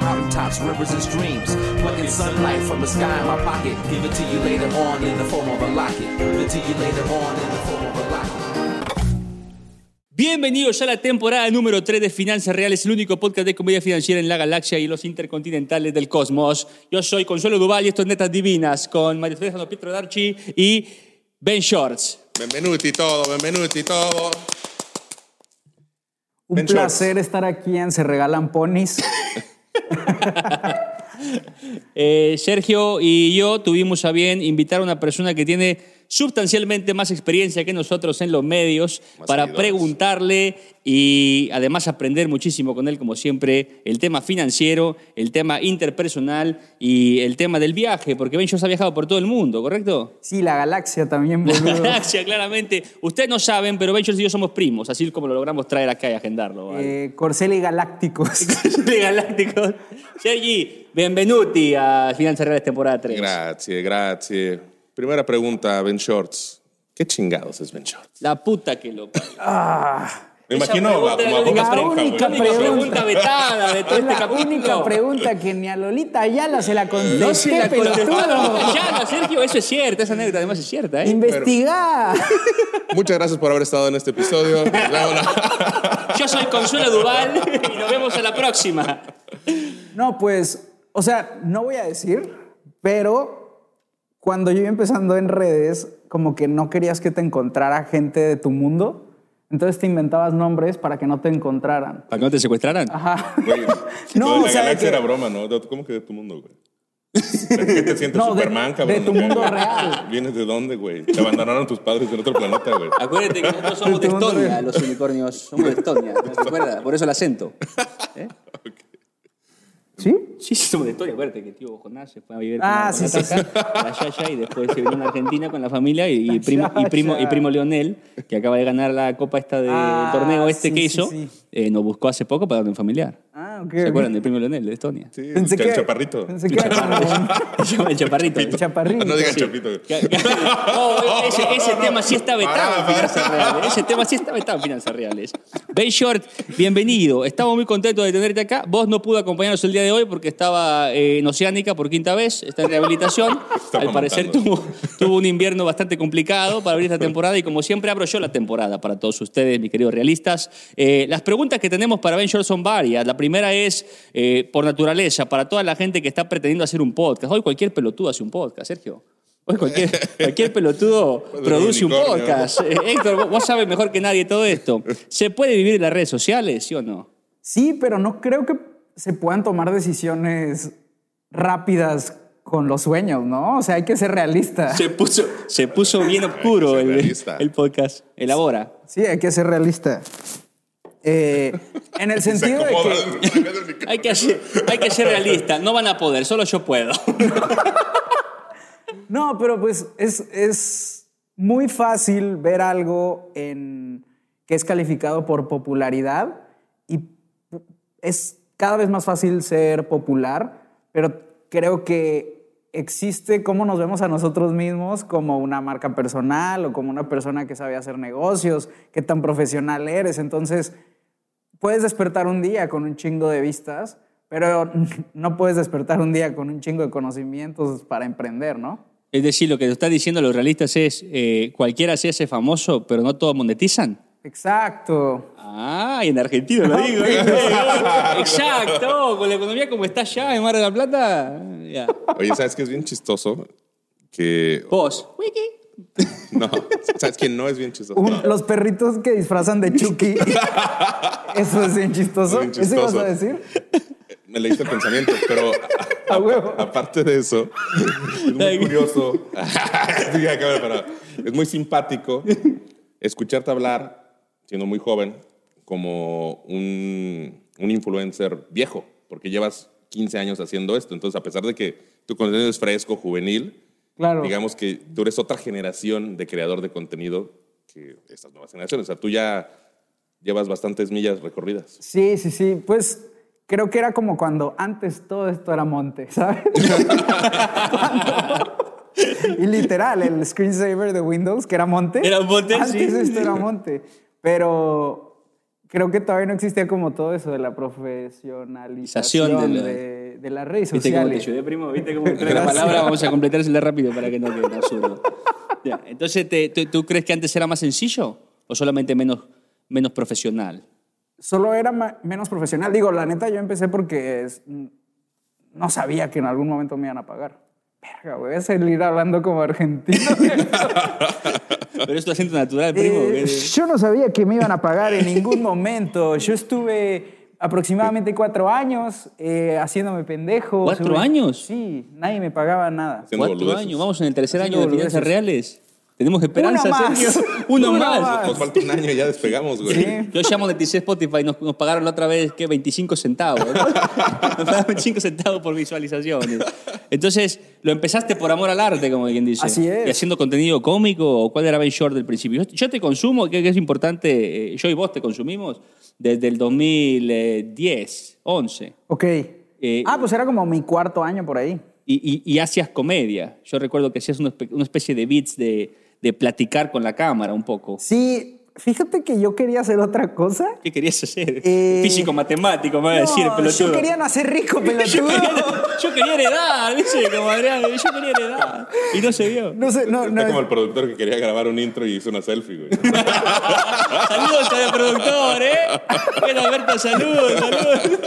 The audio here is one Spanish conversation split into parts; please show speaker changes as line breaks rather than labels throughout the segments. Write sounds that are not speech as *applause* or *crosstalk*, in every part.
mountaintops, rivers, and streams. Plucking sunlight from the sky in my pocket. Give it to you later on in the form of a locket. Give it to you later on in the form of a locket.
Bienvenidos ya a la temporada número 3 de Finanzas Reales, el único podcast de comedia financiera en la galaxia y los intercontinentales del cosmos. Yo soy Consuelo Duval y esto es Netas Divinas con María Fernanda Pietro Darchi y Ben Shorts.
Benvenuti todo, benvenuti todo.
Un
Ben Shorts.
placer estar aquí en Se Regalan Ponis.
Eh, Sergio y yo tuvimos a bien invitar a una persona que tiene sustancialmente más experiencia que nosotros en los medios
Más
para
seguidores.
preguntarle y además aprender muchísimo con él, como siempre, el tema financiero, el tema interpersonal y el tema del viaje, porque Ben Jones ha viajado por todo el mundo,
*laughs*
¿correcto?
Sí, la galaxia también, boludo.
Galaxia, claramente. Ustedes no saben, pero Ben Jones y yo somos primos, así como lo logramos traer acá y agendarlo. ¿vale?
Eh, Corcel y Galácticos.
*laughs* de Galácticos. Sergi, benvenuti a Finanzas Reales temporada 3.
Grazie, grazie. Primera pregunta, Ben Shorts. ¿Qué chingados es Ben Shorts?
La puta que lo parió.
Me
Esa
imagino
pregunta
a- como
era
a
la
Bob
única
Esponja,
pregunta.
güey.
La única pregunta vetada de todo
Es
este
la
capítulo.
única pregunta que ni a Lolita Ayala se la contesté,
No se la
pelotudo.
contestó. Ya, no, Sergio, eso es cierto. Esa anécdota además es cierta, ¿eh?
Investigá.
Muchas gracias por haber estado en este episodio.
*laughs*
Nos vemos la-
Yo soy Consuelo Duval y nos vemos a la próxima.
No, pues, o sea, no voy a decir, pero cuando yo iba empezando en redes, como que no querías que te encontrara gente de tu mundo, entonces te inventabas nombres para que no te encontraran.
¿Para que no te secuestraran?
Ajá.
Güey,
No,
lo de
o
la
sea,
galaxia
que-
era broma, ¿no? De- ¿Cómo que de tu mundo, güey? ¿Qué te sientes
No, de-
Superman, cabrón?
de tu mundo real.
¿Vienes de dónde, güey? Te abandonaron tus padres en otro planeta, güey.
Acuérdate que nosotros somos de
Te mando
Estonia,
bien.
los unicornios. Somos de Estonia, ¿no ¿te acuerdas? Por eso el acento.
¿Sí?
Sí, sí, somos de Estonia. Acuérdate que el tío Jonás se fue a vivir
Ah,
con la-
sí,
con la tata, a la Yaya, y después se vino a Argentina con la familia y, y primo, y, primo, y primo Leonel, que acaba de ganar la copa esta del
Ah,
torneo este
sí,
que
sí,
hizo,
sí.
eh, nos buscó hace poco para darle un familiar.
Ah, ok.
¿Se acuerdan del primo Leonel de Estonia?
Sí, el,
Pensé
el
que,
chaparrito. Ah,
Pensé que era
*laughs*
como
Se
*laughs*
llama el chaparrito.
un chaparrito.
No digas
Sí.
chapito, güey.
*laughs* No, ese, ese
No, no,
tema sí está vetado en
Pará, pará.
Finanzas Reales. Ese tema sí está vetado en Finanzas Reales. Ben Short, bienvenido. Estamos muy contentos de tenerte acá. Vos no pudo acompañarnos el día de hoy porque estaba eh, en Oceánica por quinta vez, está en rehabilitación.
Está
Al parecer
aguantando.
tuvo, tuvo un invierno bastante complicado para abrir esta temporada y como siempre abro yo la temporada para todos ustedes, mis queridos realistas. Eh, las preguntas que tenemos para Ben Short son varias. La primera es, eh, por naturaleza, para toda la gente que está pretendiendo hacer un podcast. Hoy cualquier pelotudo hace un podcast, Sergio. Hoy cualquier, cualquier pelotudo
Puede
produce un
ser un unicornio.
podcast. Eh, Héctor, vos- vos sabes mejor que nadie todo esto. ¿Se puede vivir en las redes sociales, sí o no?
Sí, pero no creo que se puedan tomar decisiones rápidas con los sueños, ¿no? O sea, hay que ser realista.
Se puso, se puso
Ah,
bien oscuro
Ay, qué
el,
realista.
el podcast. Elabora.
Sí, hay que ser realista. Eh, en
*laughs*
el
Se
sentido de
acomoda.
que...
Hay que, ser, hay que ser realista, no van a poder, solo yo puedo.
*laughs*
No, pero pues es, es muy fácil ver algo en, que es calificado por popularidad y p- es cada vez más fácil ser popular, pero creo que existe cómo nos vemos a nosotros mismos como una marca personal o como una persona que sabe hacer negocios, qué tan profesional eres. Entonces, puedes despertar un día con un chingo de vistas, pero *laughs* no puedes despertar un día con un chingo de conocimientos para emprender, ¿no?
Es decir, lo que te están diciendo los realistas es, eh, cualquiera se hace famoso, pero no todos monetizan.
Exacto.
Ah, y en Argentina lo digo.
*laughs*
¿eh? Exacto, con la economía como está allá en Mar de la Plata. ya.
Oye, ¿sabes qué es bien chistoso? Que.
Vos, wiki.
No, ¿sabes quién no es bien chistoso?
Un-
No.
Los perritos que disfrazan de
*laughs*
Chucky. Eso es bien chistoso.
Bien
¿Eso ibas
chistoso.
a decir?
Me leíste el pensamiento, pero
A huevo.
aparte de eso, es muy curioso. Sí, ya acabé, pero es muy simpático escucharte hablar, siendo muy joven, como un, un influencer viejo, porque llevas 15 años haciendo esto. Entonces, a pesar de que tu contenido es fresco, juvenil,
Claro.
digamos que tú eres otra generación de creador de contenido que estas nuevas generaciones. O sea, tú ya llevas bastantes millas recorridas.
Sí, sí, sí. Pues creo que era como cuando antes todo esto era monte, ¿sabes? *laughs* Cuando- y literal, el screensaver de Windows, que era monte.
Era monte,
Antes
sí.
esto era monte. Pero creo que todavía no existía como todo eso de la profesionalización
Lización
de,
de la-
de las redes
¿Viste cómo te
sociales.
ayudé, primo? ¿Viste
*laughs*
cómo entré la palabra? Vamos a completársela rápido para que no quede tan absurdo. Ya, Entonces, te- tú, tú crees que antes era más sencillo o solamente menos, menos profesional?
Solo era ma- menos profesional. Digo, la neta, yo empecé porque es- mm, no sabía que en algún momento me iban a pagar. Verga, güey, voy a salir hablando
*laughs*
como argentino.
Pero es tu acento natural, primo.
Eh,
que-
yo no sabía que me iban a pagar en ningún momento. Yo estuve aproximadamente cuatro años eh, haciéndome pendejo.
¿Cuatro
Sobre-
años?
Sí, nadie me pagaba nada.
Haciendo
Cuatro
boludeces.
años, vamos en el tercer
Haciendo
año de finanzas
boludeces.
reales. Tenemos esperanza,
Una más.
Sergio. Uno
Una
más.
más.
Nos falta un año y ya despegamos, güey.
Ah. Sí.
Yo ya moneticé Spotify, nos, nos pagaron la otra vez, ¿qué? 25 centavos.
*laughs*
Nos pagaron 25 centavos por visualizaciones. Entonces, lo empezaste por amor al arte, como quien dice.
Así es.
Y haciendo contenido cómico, ¿o ¿cuál era Ben Short del principio? Yo, yo te consumo, que, que es importante, eh, yo y vos te consumimos desde el 2010, 11.
Ok.
Eh,
ah, pues era como mi cuarto año por ahí.
y, y- y hacías comedia. Yo recuerdo que hacías una, espe- una especie de beats de, de platicar con la cámara un poco.
Sí, fíjate que yo quería hacer otra cosa.
¿Qué querías hacer?
Eh,
Físico-matemático, me va a decir,
No,
pelotudo.
yo quería nacer rico, pelotudo.
*laughs* Yo quería heredar, ¿viste? Como Adrián, yo quería heredar. Y no se vio.
No sé, no,
Está como el
no.
productor que quería grabar un intro y hizo una selfie, güey.
Saludos al productor, ¿eh? Bueno, Alberto, saludos, saludos.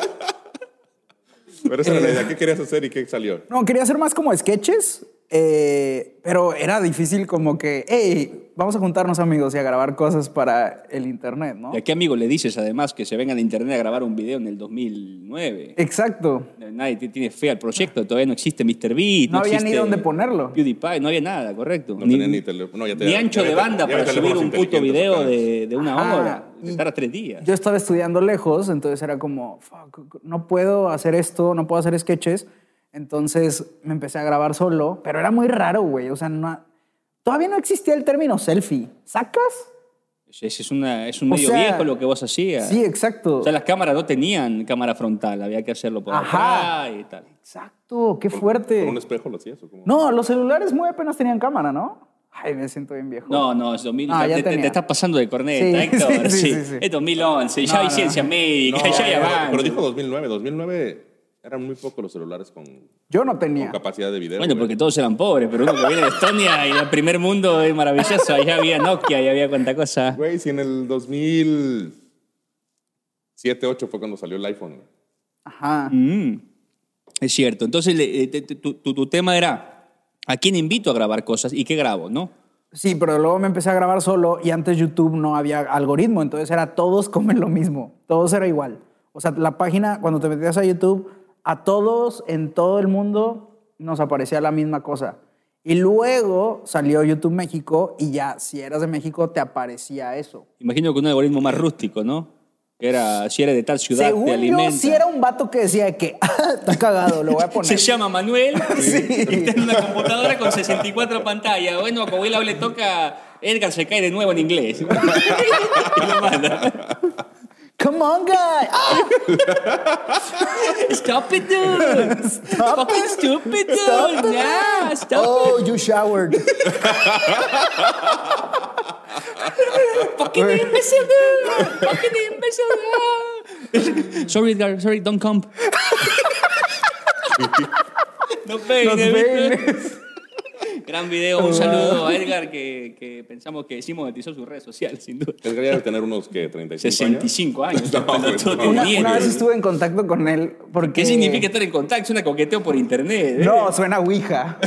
Pero esa era la idea. ¿Qué querías hacer y qué salió?
No, quería hacer más como sketches, eh, pero era difícil como que, hey, vamos a juntarnos amigos y a grabar cosas para el internet, ¿no?
¿Y a qué amigo le dices, además, que se venga de internet a grabar un video en el 2009?
Exacto.
Nadie t- tiene fe al proyecto, todavía no existe MrBeast.
No había ni
existe
dónde ponerlo.
PewDiePie, no había nada, correcto.
No tenía ni teléfono. No, ya tenía-
ancho
ya
de
había te-
banda
ya había
para subir
teléfonos
un puto
inteligentes
video
acá.
de, de una
Ajá,
hora.
Ah, y-
Estar a tres días.
Yo estaba estudiando lejos, entonces era como, "Fuck, no puedo hacer esto, no puedo hacer sketches. Entonces me empecé a grabar solo, pero era muy raro, güey. O sea, no, todavía no existía el término selfie. ¿Sacas?
Es, es una, es un
O
medio
sea,
viejo lo que vos hacías.
Sí, exacto.
O sea, las cámaras no tenían cámara frontal, había que hacerlo por
Ajá.
atrás y tal.
Exacto, qué fuerte.
¿Con un espejo lo hacías o cómo?
No, los celulares muy apenas tenían cámara, ¿no? Ay, me siento bien viejo.
No, no, es 2000,
Ah, ya
te, te-
tenía.
te estás pasando de corneta,
Sí,
Héctor.
sí,
Sí,
sí, sí.
Es 2011, ya
No,
hay
no.
ciencia médica, ya hay avance.
Pero dijo 2009. 2009 eran muy pocos los celulares con, con
Yo no tenía.
capacidad de video.
Bueno,
güey.
porque todos eran pobres, pero uno que viene de Estonia y del primer mundo es maravilloso. Allá había Nokia y había cuanta cosa.
Güey, si en el 2007, 8 fue cuando salió el iPhone. güey.
Ajá.
Es cierto. Entonces, le- eh, te- te- tu, tu- tu tema era, ¿a quién invito a grabar cosas y qué grabo, no?
Sí, pero luego me empecé a grabar solo y antes YouTube no había algoritmo, entonces era todos comen lo mismo, todos era igual. O sea, la página, cuando te metías a YouTube, a todos en todo el mundo nos aparecía la misma cosa. Y luego salió YouTube México y ya, si eras de México, te aparecía eso.
Imagino que un algoritmo más rústico, ¿no? Que era, si eres de tal ciudad, te
Según yo,
alimenta.
si era un vato que decía de que *laughs* "Ah, está cagado, lo voy
*laughs*
a
Se
poner.
llama Manuel
*laughs* Sí.
y está en una computadora con 64 pantallas. Bueno, a Coahuila le toca Edgar se cae de nuevo en inglés. *laughs* y lo manda.
Come on, guy. Ah,
Stop it, dude.
Stop
Fucking
it.
stupid, dude.
Stop it.
Yeah, stop
Oh,
*laughs*
you showered.
it. Fucking imbecile, dude. Fucking imbecile, dude. sorry, Edgar. Sorry, don't
*laughs*
come. no peines,
Los
¿viste?
bailes.
Gran video. Un
Ah.
saludo a Edgar que, que pensamos que sí monetizó su red social, sin duda.
Edgar ya debe tener unos que 35 *laughs*
65 años.
No, güey,
Pelotudo,
no.
Una,
bien,
una vez
güey.
estuve en contacto con él porque...
eh. ¿Qué significa estar en contacto? Es una coqueteo por internet. ¿eh?
No, suena Ouija.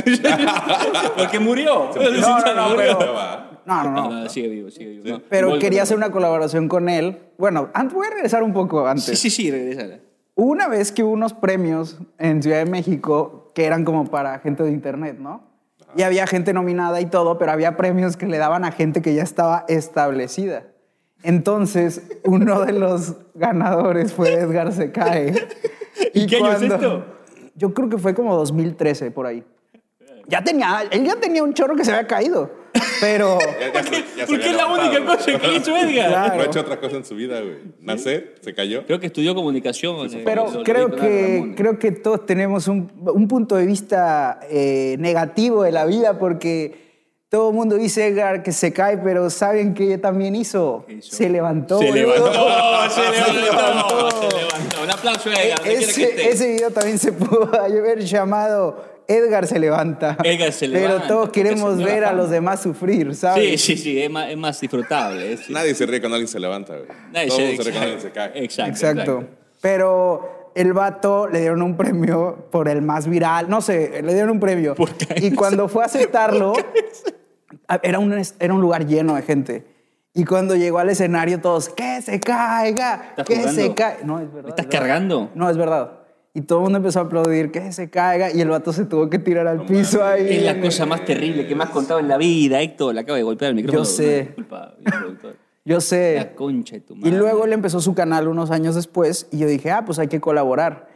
*laughs* Porque murió.
*laughs*
No, no,
*laughs*
no,
Murió.
pero- No, no,
No,
no.
no, sigue vivo, sigue vivo. no.
Pero
Vuelve.
quería hacer una colaboración con él. Bueno, antes, voy a regresar un poco antes.
Sí, sí, sí, regresa.
Hubo Una vez que hubo unos premios en Ciudad de México que eran como para gente de internet, ¿no? Y había gente nominada y todo, pero había premios que le daban a gente que ya estaba establecida. Entonces, uno de los ganadores fue Edgar Se Cae.
*laughs* ¿Y qué año es esto?
Yo creo que fue como 2013, por ahí. Ya tenía, él ya tenía un chorro que se había caído, pero...
Ya, ya se- ya se
Porque
había
es la
levantado,
única
güey.
cosa que hizo Edgar.
*laughs*
Claro.
No ha hecho otra cosa en su vida, güey. Nacer, se cayó.
Creo que estudió comunicación. eh, con
Pero
Lola
creo
Nicolás
que,
Ramón.
creo que todos tenemos un, un punto de vista eh, negativo de la vida porque Todo el mundo dice Edgar que se cae, pero ¿saben qué también hizo? Se levantó.
Se
boludo.
*laughs*
*laughs* levantó,
Se levantó, se levantó. Un aplauso, Edgar. donde quiera que
E-, Ese,
esté.
ese video también se pudo *laughs* haber llamado Edgar se levanta.
Edgar se levanta,
Pero todos
porque
queremos
señora
ver a
fama.
los demás sufrir,
Sí,
¿sabes?
sí, sí, es más, es más disfrutable. es-
Nadie se ríe cuando alguien se levanta, güey.
Nadie
Todo
se-
el mundo se ríe cuando alguien se cae.
Exacto.
exacto. Pero el vato le dieron un premio por el más viral, no sé, le dieron un premio.
Por caerse.
Y cuando fue a aceptarlo, a- era un, es- era un lugar lleno de gente. Y cuando llegó al escenario, todos, que se caiga,
¿Estás
que se
jugando?
caiga. No, es verdad.
¿Me
es
estás
verdad.
cargando?
No, es verdad. Y todo el mundo empezó a aplaudir, que se caiga, y el vato se tuvo que tirar al piso ahí.
Es la cosa más terrible que me has contado en la vida, Héctor. Le acabo de golpear el micrófono.
Yo sé.
Una Disculpa, mi productor.
Yo sé.
La concha de tu
y
madre.
luego él empezó su canal unos años después, y yo dije, ah, pues hay que colaborar.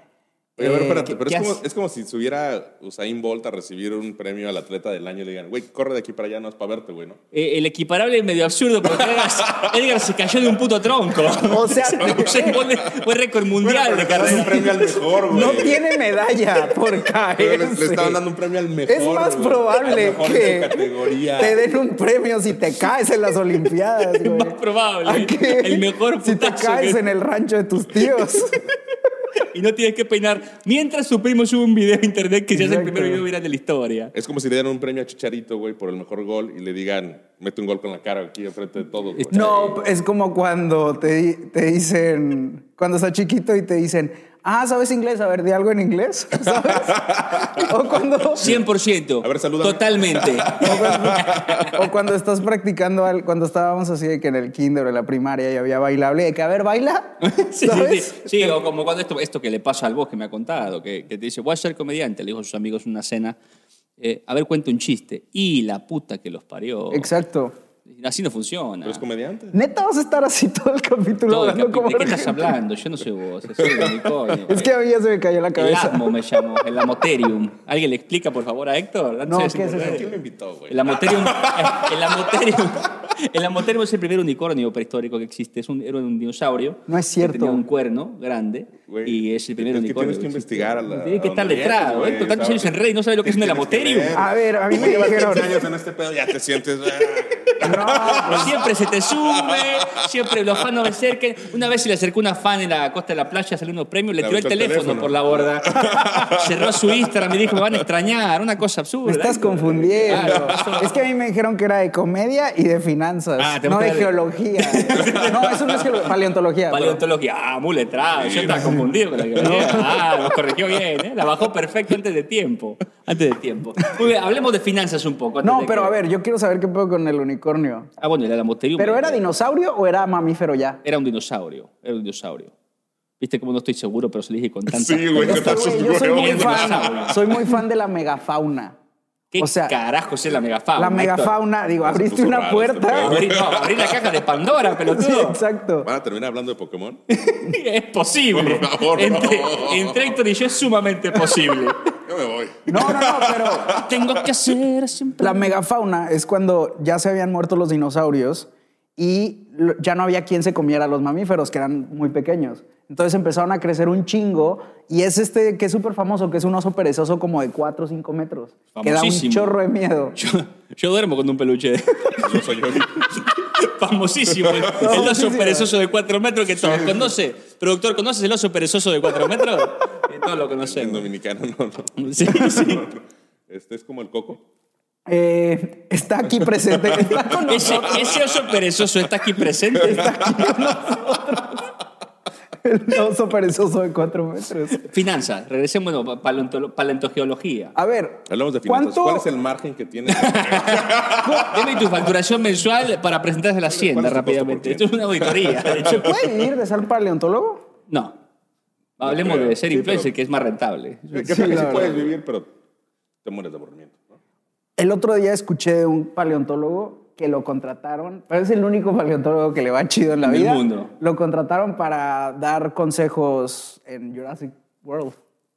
Oye, a ver,
Eh,
espérate,
¿qué-
pero
qué
es como,
haces?
es como si subiera Usain Bolt a recibir un premio al atleta del año y le digan, güey, corre de aquí para allá, no es para verte, güey, ¿no?
Eh, el equiparable es medio absurdo, porque Edgar,
*laughs*
Edgar se cayó de un puto tronco.
O sea,
*laughs*
eh.
Se pone- fue récord
Bueno,
mundial
pero
de
le dan un
*laughs*
carrera.
premio al mejor, güey.
No tiene medalla por
Pero
caer.
le, le estaban dando un premio al mejor.
Es
güey,
más
al
probable
mejor de
que
su categoría.
te den un premio si te caes en
*laughs*
las Olimpiadas. güey.
más probable.
¿A qué?
El mejor
Si te
putazo
caes
que-
en el rancho de tus tíos.
*laughs* Y no tienes que peinar. Mientras su primo sube un video a internet que ya es el
Exacto.
primer video viral de la historia.
Es como si le dieran un premio a Chicharito, güey, por el mejor gol y le digan, mete un gol con la cara aquí enfrente de todos, güey.
No, es como cuando te, di- te dicen, cuando estás chiquito y te dicen, ah, ¿sabes inglés? A ver, di algo en inglés, *laughs* ¿sabes? O cuando,
100%.
A ver, salúdame. *laughs*
Totalmente.
o cuando estás practicando, al- cuando estábamos así de que en el kinder o en la primaria y había bailable, de que, a ver, baila,
*laughs*
*laughs*
Sí, sí,
¿sabes?
sí. Sí, o como cuando esto, esto que le pasa al vos que me ha contado, que, que te dice, voy a ser comediante, le dijo a sus amigos en una cena, eh, a ver, cuenta un chiste. Y la puta que los parió.
Exacto.
Así no funciona.
Pero es comediante.
Neta, vas a estar así todo el capítulo
Todo el
hablando
capítulo,
como
¿De qué estás
argentino?
hablando? Yo no sé vos. soy un unicornio.
*laughs* Es que a mí ya se me cayó la
El
cabeza. *laughs*
Atmo me llamó, el Amoterium. ¿Alguien le explica, por favor, a Héctor?
No,
Antes de
¿qué es
desenvolver.
eso?
¿Quién lo invitó, güey?
El Amoterium, *laughs* el Amoterium, el Amoterium es el primer unicornio prehistórico que existe. Es un, era un dinosaurio.
No es cierto.
Que tenía un cuerno grande
Güey,
y es el primer
es que
unicornio.
tienes que
existe.
investigar a la-
Tienes que
a
estar
dónde
letrado.
vienes, güey,
Héctor, tantos años en
¿sabes?
Rey, no sabes lo que es un Amoterium.
leer.
A ver, a mí me
Llevas 15
dijeron.
años en este pedo, ya te sientes...
Siempre se te sube, siempre los fans no me acerquen. Una vez se le acercó una fan en la costa de la playa, salió unos premios, le
Le
tiró el
aventó el
teléfono,
teléfono.
por la borda.
*laughs*
Cerró su Instagram y dijo, me van a extrañar, una cosa absurda.
Me estás
Héctor.
confundiendo.
Claro, eso-
Es que a mí me dijeron que era de comedia y de finanzas,
Ah, te
no de
gusta el- *laughs*
geología. No, eso no es geología, paleontología. perdón.
Paleontología, ah, muy letrado. Yo estaba confundido con la geografía. Ah, lo corrigió bien, ¿eh? La bajó perfecto antes de tiempo. Antes de tiempo. Muy bien, hablemos de finanzas un poco. antes
No,
de
pero
que-
a ver, yo quiero saber qué puedo con el unicornio.
Ah, bueno, el alamoterium.
¿Pero era dinosaurio o era mamífero ya?
Era un dinosaurio. Era un dinosaurio. Viste cómo no estoy seguro, pero se lo dije con tanta.
Sí, güey, te
Es que,
estás
Este güey, yo soy muy
huevón.
fan, soy muy fan de la megafauna.
¿Qué
O sea,
carajo es la megafauna?
la megafauna, digo, abriste
puso
una
raro este
puerta.
pedo.
Abrí, no, abrí la caja de Pandora,
*laughs* Sí,
pelotudo.
exacto.
¿Van a terminar hablando de Pokémon?
*laughs* es posible.
Por favor, no.
entre, entre Héctor y yo es sumamente
*laughs*
posible.
Yo me voy.
No, no, no, pero
Tengo que hacer siempre.
La megafauna es cuando ya se habían muerto los dinosaurios y lo- ya no había quien se comiera los mamíferos, que eran muy pequeños. Entonces empezaron a crecer un chingo y es este que es súper famoso, que es un oso perezoso como de 4 o 5 metros. Que da un
Famosísimo.
chorro de miedo.
Yo, yo duermo con un peluche. *laughs*
Yo soy yo.
Famosísimo. El, el oso
Famosísimo.
perezoso de 4 metros que todos conoce. Productor, ¿conoces el oso perezoso de 4 metros? Que todos lo
En
conocemos.
dominicano, no, no.
Sí, sí.
Este es como el coco.
Eh, está
*laughs*
aquí presente. Está con
Ese,
nosotros.
ese oso perezoso está aquí presente.
El oso perezoso de 4 metros.
Finanzas. Regresemos bueno, pa- paleontolo- paleontogeología.
A ver.
Hablamos de finanzas.
¿cuánto-
¿Cuál es el margen que tiene?
*laughs*
Deme tu facturación mensual para presentarse a la hacienda
es tu costo
rápidamente.
por
Esto es una auditoría.
*laughs*
de hecho.
¿Puede vivir de ser paleontólogo?
No. Hablemos
creo.
de ser
Sí,
influencer,
pero-
que es más rentable.
Yo creo
Sí,
que
la
sí
verdad.
puedes vivir, pero te mueres de aburrimiento. ¿no?
El otro día escuché de un paleontólogo que lo contrataron, pero es el único paleontólogo que le va chido en la
En el
vida.
mundo.
Lo contrataron para dar consejos en Jurassic World.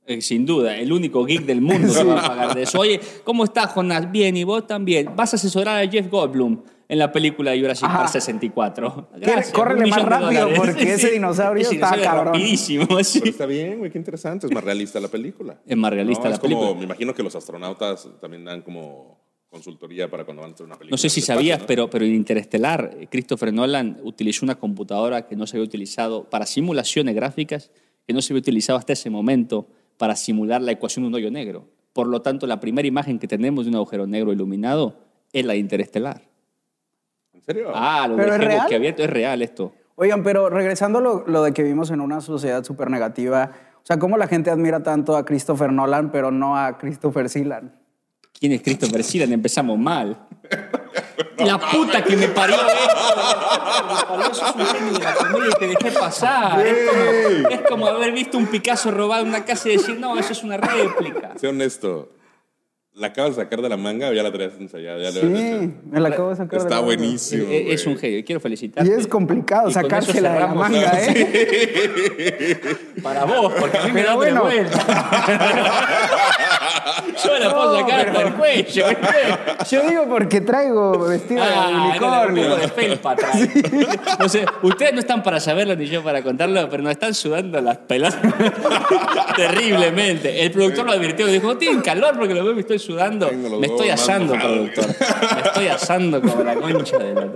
Eh, Sin duda, el único geek del
*laughs*
mundo que va a pagar de eso. Oye, ¿cómo estás, Jonás? Bien, y vos también. Vas a asesorar a Jeff Goldblum en la película de Jurassic
Ajá.
Park 64.
Quiere- córrele
un
más
millón de
rápido,
dólares. *laughs*
porque ese dinosaurio
Ese
está
dinosaurio es
cabrón.
rapidísimo, *laughs* sí.
Pero está bien, güey, qué interesante. Es más realista la película.
Es más realista
No,
la
es como,
película.
Me imagino que los astronautas también dan como consultoría para cuando van a hacer una película.
No sé
del
si
espacio,
sabías,
¿no?
pero, pero en Interestelar, eh, Christopher Nolan utilizó una computadora que no se había utilizado para simulaciones gráficas, que no se había utilizado hasta ese momento para simular la ecuación de un hoyo negro. Por lo tanto, la primera imagen que tenemos de un agujero negro iluminado es la de Interestelar.
¿En serio?
Ah, lo
¿Pero es
dejé
real?
que abierto es real esto.
Oigan, pero regresando a lo, lo de que vivimos en una sociedad súper negativa, o sea, ¿cómo la gente admira tanto a Christopher Nolan, pero no a Christopher Silan?
¿Quién es Christopher Silan? Empezamos mal. La puta que me parió esto. Me parió, sos un genio de la comedia y te dejé pasar. Es como, es como haber visto un Picasso robar una casa y decir, no, eso es una réplica.
Sé honesto. ¿La acabas de sacar de la manga o ya la traías ensayada? Ya le-
Sí, me la acabo de sacar. de la
Está
manga.
buenísimo.
Eh, es
güey.
un genio. Quiero felicitarte.
Y es complicado
Y con
sacársela de la
eso cerramos. *laughs*
manga, ¿eh?
Para vos, porque a mí me
Pero
da
bueno.
una vuelta. *laughs* Yo la puedo
No,
sacar hasta el cuello. ¿viste?
Yo digo porque traigo vestido de
Ah, era el
unicornio.
juego de felpa atrás. No sé, ustedes no están para saberlo ni yo para contarlo, pero nos están sudando las pelas *laughs* terriblemente. El productor lo advirtió, dijo, tienen calor porque lo veo que estoy sudando.
Tengo los
Me estoy
huevos más
asando,
mojados.
productor. Me estoy asando como la concha de la...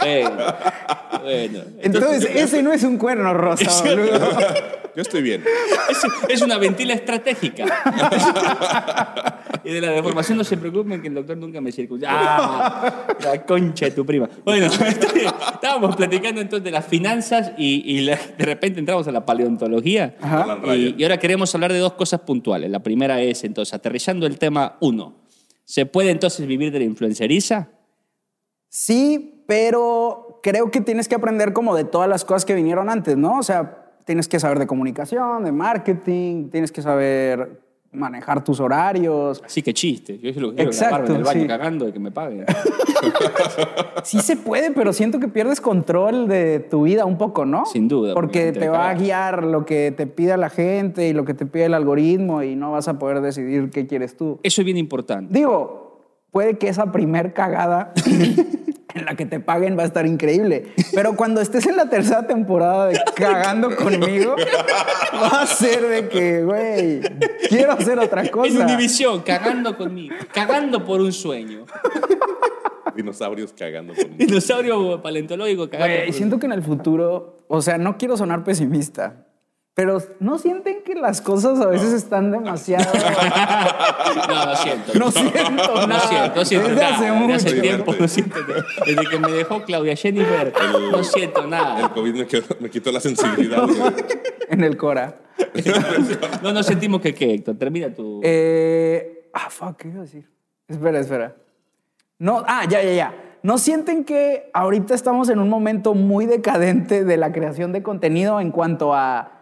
Bueno, bueno.
Entonces, ese no es un cuerno rosa, boludo.
*laughs* Yo estoy bien.
Es, es una ventila estratégica. y de la deformación no se preocupen que el doctor nunca me circuncidó. ¡Ah! La concha de tu prima. Bueno, *laughs* este, estábamos platicando entonces de las finanzas y, y la- de repente entramos a la paleontología.
Alan
Y,
Ryan.
y ahora queremos hablar de dos cosas puntuales. La primera es, entonces, aterrizando el tema uno. ¿Se puede entonces vivir de la influenceriza?
Sí, pero creo que tienes que aprender como de todas las cosas que vinieron antes, ¿no? O sea, tienes que saber de comunicación, de marketing, tienes que saber manejar tus horarios.
Así que chiste. Yo lo que quiero es grabarme
Exacto,
en el baño
sí.
cagando y que me paguen.
Sí se puede, pero siento que pierdes control de tu vida un poco, ¿no?
Sin duda,
Porque
porque
te va a
te-
guiar lo que te pida la gente y lo que te pide el algoritmo y no vas a poder decidir qué quieres tú.
Eso es bien importante.
Digo, puede que esa primer cagada en la que te paguen va a estar increíble. Pero cuando estés en la tercera temporada de cagando conmigo, va a ser de que, güey, quiero hacer otra
En
cosa.
Univisión, cagando conmigo, cagando por un sueño.
Dinosaurios cagando con
Dinosaurio paleontológico cagando.
Güey,
por-
siento que en el futuro, o sea, no quiero sonar pesimista, pero ¿no sienten que las cosas a veces están demasiado...
*laughs* No, no siento.
No siento,
No
nada.
siento, no siento
Desde
nada.
hace
Desde
mucho.
hace tiempo no
Divertido.
siento nada. Desde que me dejó Claudia Jennifer, no siento
*laughs* El
nada.
COVID me, quedó- me quitó la sensibilidad. güey.
En el Cora.
No nos sentimos que qué, Héctor. Termina tu.
Eh, ah, fuck, ¿qué iba a decir? Espera, espera. No, ah, ya, ya, ya. ¿No sienten que ahorita estamos en un momento muy decadente de la creación de contenido en cuanto a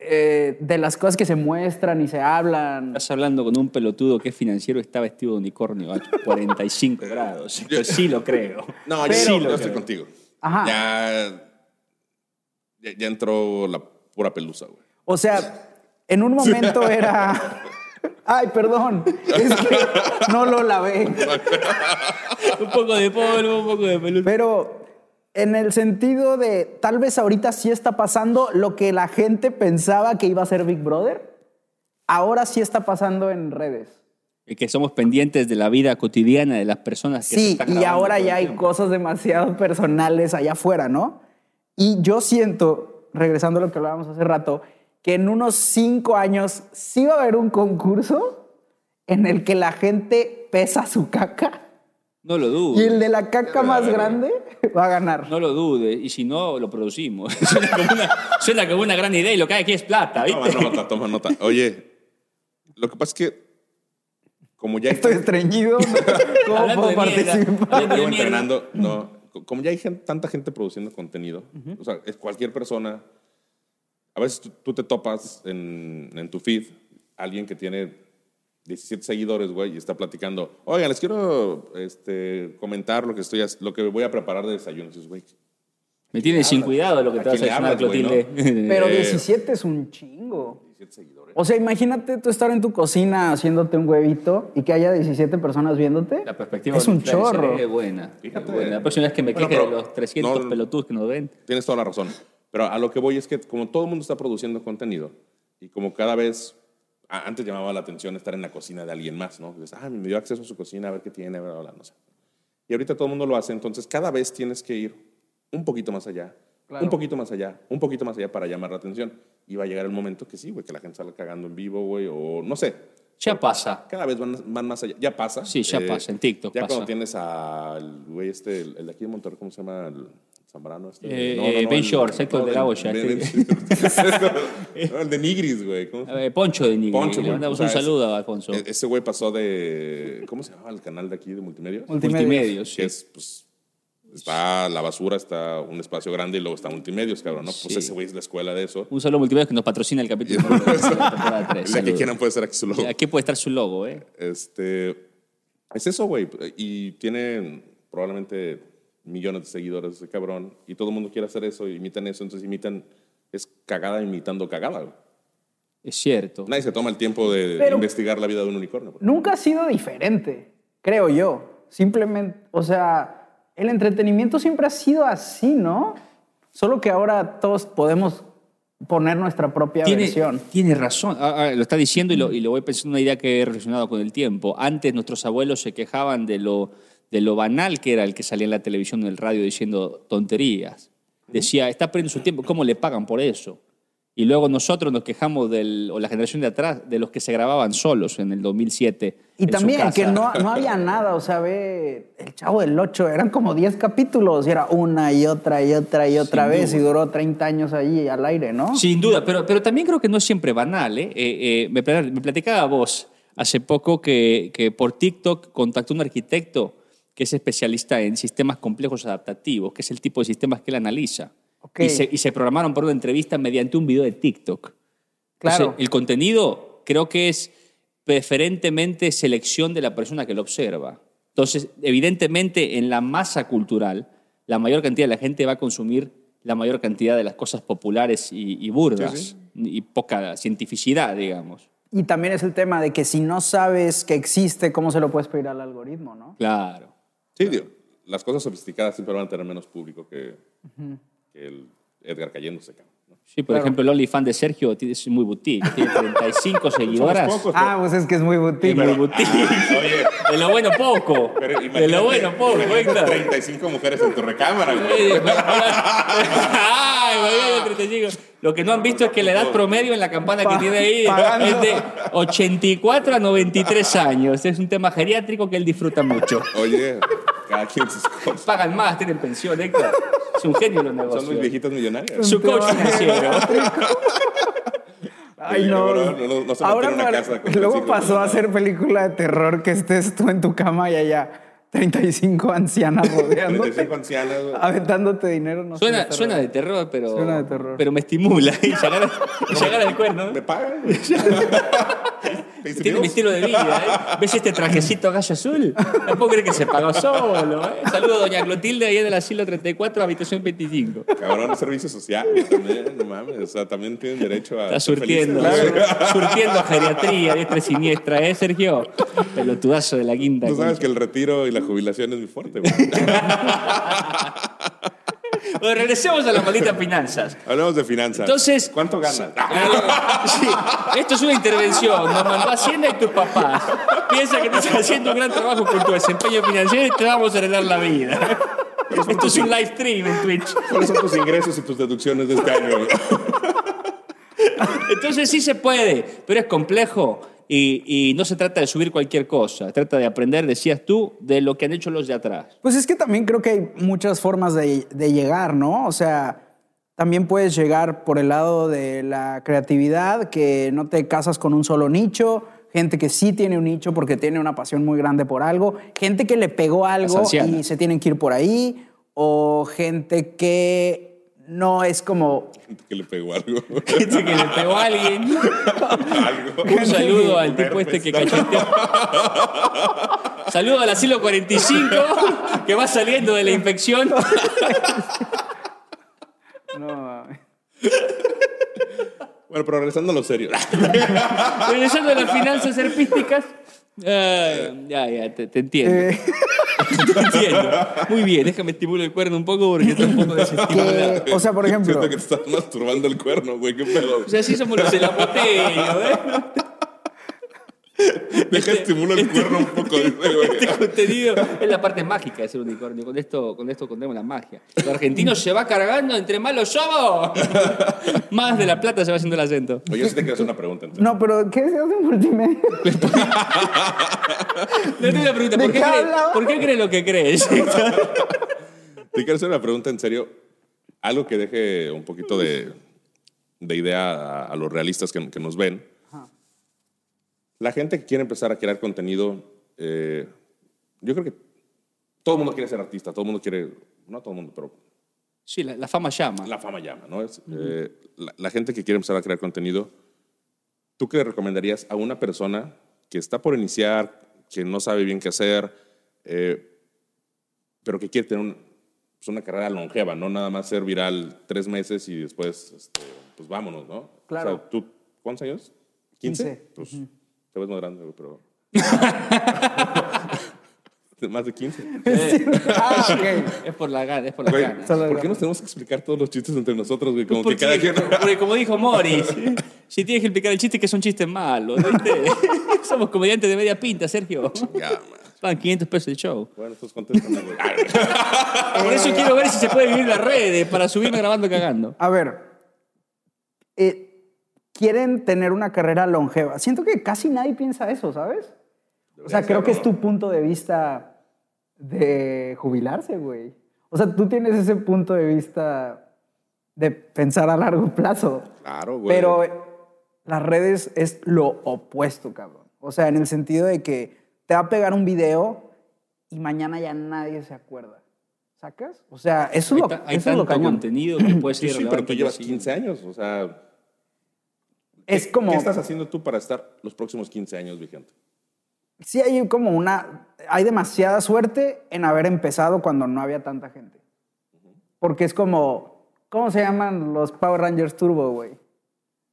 eh, de las cosas que se muestran y se hablan?
Estás hablando con un pelotudo que es financiero y está vestido de unicornio a 45 grados. Esto sí lo creo.
No, yo,
Pero-
sí lo- yo estoy contigo.
Ajá.
Ya, ya, ya entró la pura pelusa, güey.
O sea, en un momento era... Ay, perdón, es que no lo lavé.
Un poco de polvo, un poco de peludo.
Pero en el sentido de tal vez ahorita sí está pasando lo que la gente pensaba que iba a ser Big Brother, ahora sí está pasando en redes.
Que somos pendientes de la vida cotidiana de las personas que se
Sí,
están
y
grabando
ahora
todo el
ya hay
tiempo.
cosas demasiado personales allá afuera, ¿no? Y yo siento, regresando a lo que hablábamos hace rato, que en unos cinco años sí va a haber un concurso en el que la gente pesa su caca
No lo dudo.
y el de la caca más grande va a ganar.
No lo dudes, y si no, lo producimos. *laughs* suena, como una, suena como una gran idea y lo que hay aquí es plata,
Toma
¿viste?
nota, toma nota. Oye, lo que pasa es que como ya hay
Estoy estreñido. *laughs* ¿Cómo
Hablando
puedo
de mierda.
participar?
Hablando de
Llevo
mierda.
entrenando, no, co- como ya hay gen- tanta gente produciendo contenido, o sea, es cualquier persona, a veces tú, tú te topas en, en tu feed alguien que tiene 17 seguidores, güey, y está platicando, oigan, les quiero este, comentar lo que, estoy, hac- lo que voy a preparar de desayuno. Y dices, güey,
Me tienes sin cuidado lo que
¿A
te vas a
quién le
decir,
hablas, güey,
Clotilde. *laughs*
Pero
Eh.
17 es un chingo.
17 seguidores.
O sea, imagínate tú estar en tu cocina haciéndote un huevito y que haya 17 personas viéndote.
La perspectiva
es
del
un
influencer
chorro.
Es buena.
Fíjate.
es buena. La próxima vez que me
Bueno,
queje de
pero
los 300
no-
pelotudos que nos ven.
Tienes toda la razón. Pero a lo que voy es que como todo el mundo está produciendo contenido y como cada vez a- antes llamaba la atención estar en la cocina de alguien más, ¿no? Dices, ah, me dio acceso a su cocina, a ver qué tiene, bla, bla, bla, no sé. Y ahorita todo el mundo lo hace, entonces cada vez tienes que ir un poquito más allá,
Claro.
un poquito más allá, un poquito más allá para llamar la atención. Y va a llegar el momento que sí, güey, que la gente salga cagando en vivo, güey, o no sé.
Ya pasa.
Cada vez van, van más allá. Ya pasa. Eh,
Sí, ya pasa, en TikTok
Ya
pasa.
cuando tienes al güey este, el, el de aquí de Monterrey, ¿cómo se llama? El Zambrano. Este,
Eh, eh, Ben Shore, Héctor de la Hoya, *laughs*
Ben-
sí.
Ben- No, el de Nigris, güey. ¿cómo se
A ver, Poncho de Nigri.
Poncho,
Le
güey.
mandamos
O sea,
un
es-
saludo a Alfonso.
E- Ese güey pasó de. ¿Cómo se llamaba el canal de aquí de multimedia?
Multimedios.
Multimedios, sí.
Que es, pues. Está la basura, está un espacio grande y luego está multimedios, cabrón, ¿no? Pues
Sí.
ese güey es la escuela de eso.
Un saludo a Multimedios que nos patrocina el
*laughs*
capítulo de la temporada
El
3.
día que quieran puede ser aquí su logo.
Aquí puede estar su logo, ¿eh?
Este. Es eso, güey. Y tiene probablemente millones de seguidores ese cabrón. Y todo el mundo quiere hacer eso, imitan eso, entonces imitan. Es cagada imitando cagada, güey.
Es cierto.
Nadie se toma el tiempo de
Pero-
investigar la vida de un unicornio. güey.
Nunca ha sido diferente, creo yo. Simplemente, o sea, el entretenimiento siempre ha sido así, ¿no? Solo que ahora todos podemos poner nuestra propia
Tiene,
versión.
tiene razón. Ah, ah, lo está diciendo y lo, y lo voy pensando en una idea que he reflexionado con el tiempo. Antes nuestros abuelos se quejaban de lo, de lo banal que era el que salía en la televisión o en el radio diciendo tonterías. Decía, está perdiendo su tiempo, ¿cómo le pagan por eso? Y luego nosotros nos quejamos, del, o la generación de atrás, de los que se grababan solos en el 2007.
Y
en su
también que
casa.
no, no había nada, o sea, ve, el Chavo del 8, eran como 10 capítulos y era una y otra y otra y otra
Sin
vez
duda.
y duró 30 años allí al aire, ¿no?
Sin duda, pero, pero también creo que no es siempre banal. ¿eh? Eh, eh, me, pla- me platicaba vos hace poco que, que por TikTok contactó un arquitecto que es especialista en sistemas complejos adaptativos, que es el tipo de sistemas que él analiza.
Ok.
Y, se, y se programaron para una entrevista mediante un video de TikTok.
Claro.
Entonces, el contenido creo que es preferentemente selección de la persona que lo observa. Entonces, evidentemente, en la masa cultural, la mayor cantidad de la gente va a consumir la mayor cantidad de las cosas populares y, y burdas y poca cientificidad, digamos.
Y también es el tema de que si no sabes que existe, ¿cómo se lo puedes pedir al algoritmo, no?
Claro.
Sí, digo, las cosas sofisticadas siempre van a tener menos público que, que el Edgar cayéndose, cabrón. ¿no?
Sí, por
Claro.
ejemplo, el OnlyFans de Sergio tiene- es muy boutique, tiene 35 seguidoras.
*laughs* Somos pocos,
Ah, pues es que es muy boutique.
muy boutique.
*laughs* pero- Ah. Oye,
De lo bueno poco.
pero
De lo bueno poco,
imagínate
Héctor.
35 mujeres en tu recámara, güey. *laughs*
Ay, güey, de 35. Lo que no han visto es que la edad promedio en la campana que tiene ahí es de 84 a 93 años. Es un tema geriátrico que él disfruta mucho.
Oye, cada quien sus cosas.
Pagan más, tienen pensión, Héctor. Es un genio los
Son muy
negocios.
viejitas millonarias.
Su coach financiero.
Ay,
Sí,
no.
cabrón, no, no, no se
Ahora
metió en una
para-
casa con
luego
reciclo,
pasó
¿no?
a ser película de terror que estés tú en tu cama y allá
*laughs*
35 ancianas rodeándote,
35 ancianas, güey.
aventándote dinero. No sé,
Suena,
está
suena
raro.
de terror, pero,
Suena de terror.
pero me estimula y llegar, y llegar al cuerno.
¿Me pagan?
*laughs* Este Tiene mi estilo de vida, ¿eh? ¿Ves este trajecito gallo azul? Tampoco crees que se pagó solo, ¿eh? Saludo a doña Clotilde, ahí del asilo 34, habitación 25.
Cabrón, servicio social también, no mames. O sea, también tienen derecho a.
Está
ser
surtiendo,
felices, güey.
sur- surtiendo geriatría, diestra y siniestra, ¿eh, Sergio? Pelotudazo de la guinda.
Tú sabes
concha.
que el retiro y la jubilación es mi fuerte, güey.
Bueno, regresemos a las malditas finanzas.
Hablemos de finanzas.
Entonces-
¿Cuánto ganas?
Sí, esto es una intervención. Nos mandó Hacienda y tus papás. Piensa que te estás haciendo un gran trabajo con tu desempeño financiero y te vamos a arreglar la vida. Esto es un live stream en Twitch.
¿Cuáles son tus ingresos y tus deducciones de este año?
Entonces sí se puede, pero es complejo y, y no se trata de subir cualquier cosa, trata de aprender, decías tú, de lo que han hecho los de
*laughs*
atrás.
Pues es que también creo que hay muchas formas de, de llegar, ¿no? O sea, también puedes llegar por el lado de la creatividad, que no te casas con un solo nicho, gente que sí tiene un nicho porque tiene una pasión muy grande por algo, gente que le pegó algo y
ancianas.
se tienen que ir por ahí, o gente que no es como...
*laughs* que le pegó
*laughs*
algo.
Gente que le pegó a alguien.
algo.
Un saludo al tipo este que cacheteó. Saludo al asilo 45 que va saliendo de la infección.
No,
Bueno, pero regresando a lo serio.
Regresando a las finanzas herpísticas. Eh, ya, ya, te, te entiendo.
eh,
Te entiendo. Muy bien, déjame estimular el cuerno un poco porque tampoco desestimula.
que, o sea, por *laughs* ejemplo...
Siento que te estás masturbando el cuerno, güey. Qué pedo.
O sea, así somos los elapoteños, ¿eh?
Deja estimula el cuerno un poco. dice, güey.
Este contenido es la parte mágica de ser unicornio. Con esto, con esto contamos la magia. Los
*laughs*
argentinos se va cargando entre malos somos. Más de la plata se va haciendo el acento.
Oye, yo sí te quiero hacer una pregunta. entonces.
No, pero ¿qué se hace en multimedia?
Le tengo una pregunta.
¿De
¿Por qué,
qué
crees,
hablaba?
¿Por qué crees lo que *laughs* crees?
Te quiero hacer una pregunta en serio. Algo que deje un poquito de, de idea a, a los realistas que, que nos ven. La gente que quiere empezar a crear contenido, eh, yo creo que todo el mundo quiere ser artista, todo el mundo quiere, no todo el mundo, pero
Sí, la, la fama llama.
la fama llama, ¿no? Es, eh, la, la gente que quiere empezar a crear contenido, ¿tú qué le recomendarías a una persona que está por iniciar, que no sabe bien qué hacer, eh, pero que quiere tener un- pues, una carrera longeva, no nada más ser viral tres meses y después, este, pues vámonos, ¿no?
Claro.
O sea, ¿tú cuántos años? ¿15?
Quince.
Pues te ves más grande, güey,
*laughs*
pero... *laughs* más de
*laughs*
15.
*laughs* ah, ok.
Es por la gana, es por la
Güey,
gana.
Solo Pues
¿por qué
grande.
nos tenemos que explicar todos los chistes entre nosotros, güey? Como que
Porque,
*laughs*
cada quien...
porque como dijo Morris, si tienes que explicar el chiste que son chistes malos, ¿viste? *laughs* Somos comediantes de media pinta, Sergio.
*laughs* Ya, man.
Van 500 pesos el show.
Bueno, entonces contéstame, güey. Ay,
Por eso quiero ver si se puede vivir las redes para subirme grabando cagando.
A ver. eh, quieren tener una carrera longeva. Siento que casi nadie piensa eso, ¿sabes? O sea, creo que es tu punto de vista de jubilarse, güey. O sea, tú tienes ese punto de vista de pensar a largo plazo.
Claro, güey.
Pero eh, las redes es lo opuesto, cabrón. O sea, en el sentido de que te va a pegar un video y mañana ya nadie se acuerda. ¿Sacas? O sea, eso
Hay,
es lo,
ta- hay
eso es
tanto
lo cañón.
contenido que puede
Sí,
ser
sí, pero tú
relevante
llevas
así.
15 años, o sea...
Es
¿qué-
como...
¿Qué estás haciendo tú para estar los próximos 15 años vigente?
sí hay como una, hay demasiada suerte en haber empezado cuando no había tanta gente. Porque es como, ¿cómo se llaman los Power Rangers Turbo, güey?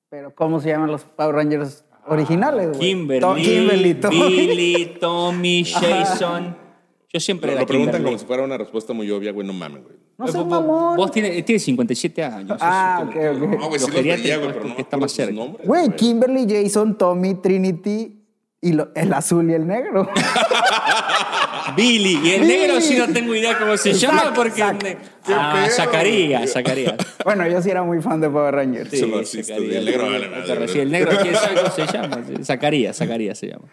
Pero ¿cómo se llaman los Power Rangers originales, güey?
Ah,
To-
Kimberly,
Kimberly, to-
Billy, Tommy, Jason. Yo siempre
Pero
era
lo preguntan
Kimberly.
como si fuera una respuesta muy obvia, güey, no mames, güey.
*laughs* No
Vos-
seas
vos-
mamón.
Vos tienes, tienes 57 años.
ah,
eso
ok,
sí,
ok.
No,
Lo
güey, sí los
quería
veía,
tener
güey,
puesto
pero
que
no
está
me acuerdo
más
sus
cerca.
nombres,
Güey, Kimberly, Jason, Tommy, Trinity y lo- el azul y el negro. *laughs*
Ah.
Billy. Y el
Billy.
negro sí no tengo idea cómo se llama porque... Ah, Zacarías,
*laughs*
Zacarías.
bueno, yo sí era muy fan de Power Rangers.
Eso no existe,
Zacarías.
el negro vale madre,
Pero
bro.
sí, el negro,
*laughs*
¿quién sabe cómo se llama? Zacarías, Zacarías se llama.